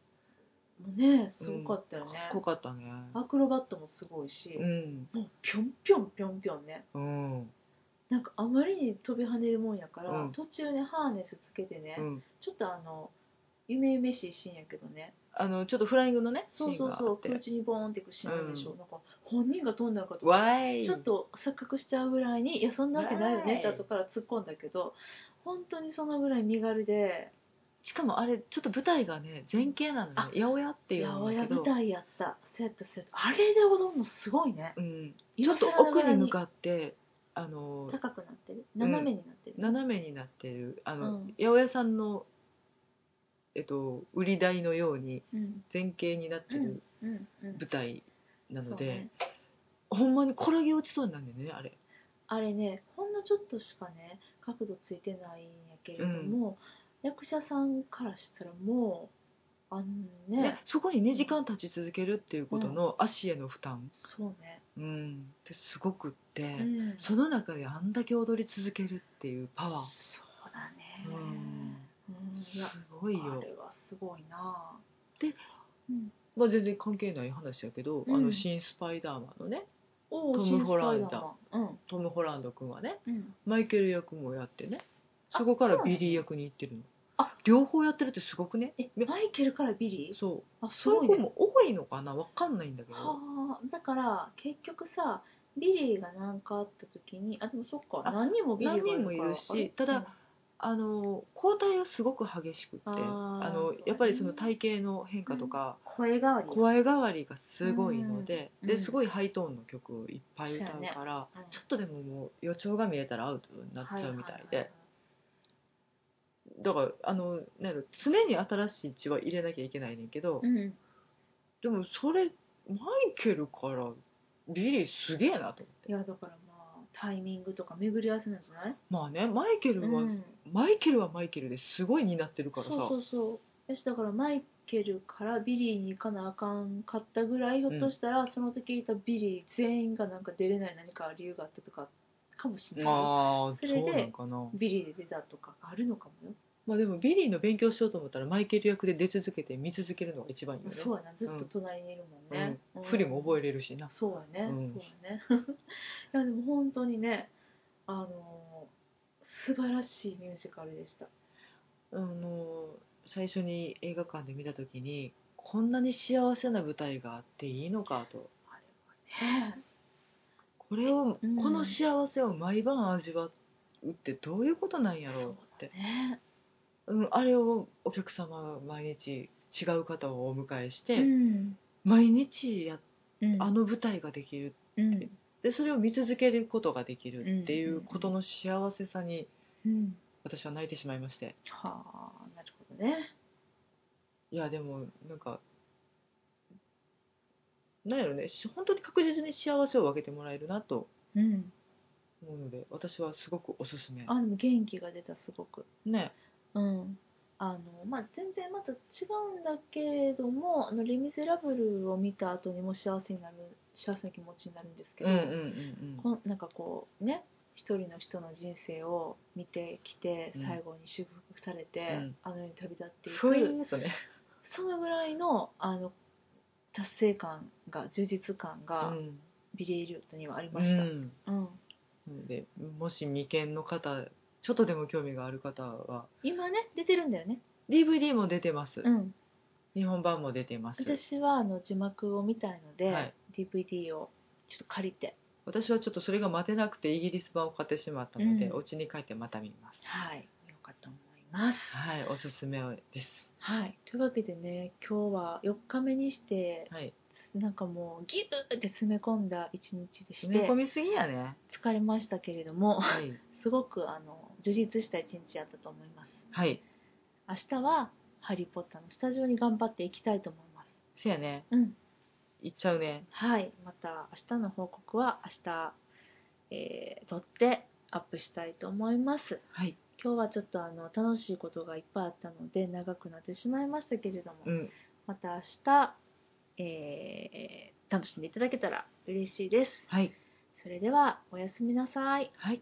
S1: もねすごかったよね、
S2: かっこよかったね
S1: アクロバットもすごいし、
S2: うん
S1: もうぴょんぴょんぴょんぴょんね
S2: うん
S1: なんかあまりに飛び跳ねるもんやから、
S2: うん
S1: 途中ねハーネスつけてね、
S2: うん
S1: ちょっとあの夢夢しいシーンやけどね
S2: あのちょっとフライングのねシー
S1: そう
S2: ン
S1: そう
S2: があ
S1: そう
S2: って
S1: 空中にボーンっていくシーンあるでしょ、
S2: う
S1: なんか本人が飛んだのかと
S2: わ
S1: か
S2: ーい
S1: ちょっと錯覚しちゃうぐらいに「いやそんなわけないよね」
S2: わーい
S1: って後から突っ込んだけど本当にそのぐらい身軽で
S2: しかもあれちょっと舞台がね前景なのね
S1: あ
S2: 八百屋っていう
S1: 八百
S2: のだ
S1: 屋
S2: けど
S1: 舞台やったそうやったそうやったあれで踊るのすごいね
S2: うんちょっと奥に向かってあの
S1: 高くなってる斜めになってる、
S2: 斜めになってるあの、
S1: うん
S2: 八百屋さんの、えっと、売り台のように
S1: うん
S2: 前傾になってる
S1: うんうん
S2: 舞台なので、
S1: そうね
S2: ほんまに転げ落ちそうになるんだよねあれ
S1: あれねほんのちょっとしかね角度ついてないんやけれども、役者さんからしたらもうあんね
S2: でそこに2時間立ち続けるっていうことの足への負担、
S1: そうね、
S2: うん、ってすごくって、
S1: うん
S2: その中であんだけ踊り続けるっていうパワ
S1: そうだね
S2: ー、うん、
S1: うんい
S2: す
S1: や
S2: ごい
S1: あ
S2: よ
S1: れはすごいな
S2: で、
S1: うん、
S2: まあ、全然関係ない話やけど、
S1: うん
S2: あの新スパイダーマンのね
S1: おー
S2: トム
S1: 新スパイ
S2: ホラ
S1: マン
S2: トム・ホランド君はね
S1: うんうん
S2: マイケル役もやってね
S1: あ
S2: そこから
S1: そうなんや
S2: ビリー役に行ってるの
S1: あ
S2: 両方やってるってすごくね
S1: えマイケルからビリー
S2: そう
S1: あす
S2: そう
S1: ごい
S2: いう子
S1: ね
S2: も多いのかなわかんないんだけど
S1: はあだから結局さビリーが何かあった時にあでもそっか
S2: あ
S1: 何人もビリーが
S2: 何人もいる
S1: から
S2: し
S1: か
S2: ただ、あの交代がすごく激しくって
S1: あ
S2: あ
S1: ーそう
S2: の
S1: だね
S2: やっぱりその体型の変化とか、
S1: 声変わり
S2: 声変わりがすごいので、
S1: うんう
S2: で
S1: ん
S2: すごいハイトーンの曲をいっぱい歌うから、
S1: そうやねうん
S2: ちょっとでももう予兆が見えたらアウトになっちゃうみたいで、
S1: はは
S2: だからあのなんやろ常に新しい血は入れなきゃいけないねんけど、
S1: いはいうん
S2: でもそれマイケルからビリーすげえなと思っ
S1: い
S2: て
S1: やだからまあタイミングとか巡り合わせなんじゃない、
S2: まあねマイケルは、
S1: うん
S2: マイケルはマイケルですごいになってるか
S1: そう
S2: らさ
S1: そうそうよしだからマイケルからビリーに行かなあかんかったぐらいひょっとしたら、その時いたビリー全員がなんか出れない何か理由があったとかかもしれない
S2: ああ
S1: それで
S2: そうなんかな
S1: ビリーで出たとかあるのかもよ、
S2: まあでもビリーの勉強しようと思ったらマイケル役で出続けて見続けるのが一番いいよね
S1: そうやなずっと隣にいるもんね、
S2: うん、振りも覚え
S1: る
S2: れるしな
S1: そうやね、
S2: うん
S1: そうやね いやでも本当にねあのー素晴らしいミュージカルでした
S2: あの最初に映画館で見た時にこんなに幸せな舞台があっていいのかと
S1: ね
S2: これを、
S1: うん
S2: この幸せを毎晩味わうってどういうことなんやろうって
S1: えね
S2: うん、あれをお客様が毎日違う方をお迎えして、
S1: えうん
S2: 毎日や
S1: うん
S2: あの舞台ができる
S1: うん
S2: でそれを見続けることができるっていうことの幸せさに
S1: うん
S2: 私は泣いてしまいまして
S1: はあなるほどね
S2: いやでもなんかなんやろねし本当に確実に幸せを分けてもらえるなと
S1: うん
S2: 思うので私はすごくおすすめ
S1: あでも元気が出たすごく
S2: ね
S1: うんあのまあ全然また違うんだけれども「あのレ・ミゼラブル」を見た後にも幸せになる幸せな気持ちになるんですけ
S2: うん
S1: ど、
S2: うんうん
S1: こんなんかこうね一人の人の人生を見てきて
S2: うん
S1: 最後に祝福されて、
S2: うん
S1: あの世に旅立ってい
S2: ふい
S1: く
S2: ーっとね
S1: そのぐらいのあの達成感が充実感
S2: う
S1: が
S2: ん
S1: ビリー・エリオットにはあり
S2: う
S1: ました、
S2: ん
S1: うん
S2: なのでもし未見の方ちょっとでも興味がある方は
S1: 今ね出てるんだよね
S2: DVD も出てます、
S1: うん
S2: 日本版も出てます
S1: 私はあの字幕を見たいので、
S2: はい
S1: DVD をちょっと借りて
S2: 私はちょっとそれが待てなくてイギリス版を買ってしまったので、
S1: うん
S2: お家に帰ってまた見ます
S1: はい見ようかと思います
S2: はいおすすめです
S1: はいというわけでね今日は4日目にして
S2: はい
S1: なんかもうギューって詰め込んだ一日でし
S2: 詰め
S1: て
S2: 込みすぎやね
S1: 疲れましたけれども
S2: はい
S1: すごくあの充実した一日やったと思います
S2: はい
S1: 明日は「ハリー・ポッター」のスタジオに頑張っていきたいと思います
S2: せやね
S1: うん
S2: 行っちゃうね
S1: はい、また明日の報告は明日、えー撮ってアップしたいと思います。
S2: はい
S1: 今日はちょっとあの楽しいことがいっぱいあったので長くなってしまいましたけれども、
S2: うん
S1: また明日、えー楽しんでいただけたら嬉しいです。
S2: はい
S1: それではおやすみなさい。
S2: はい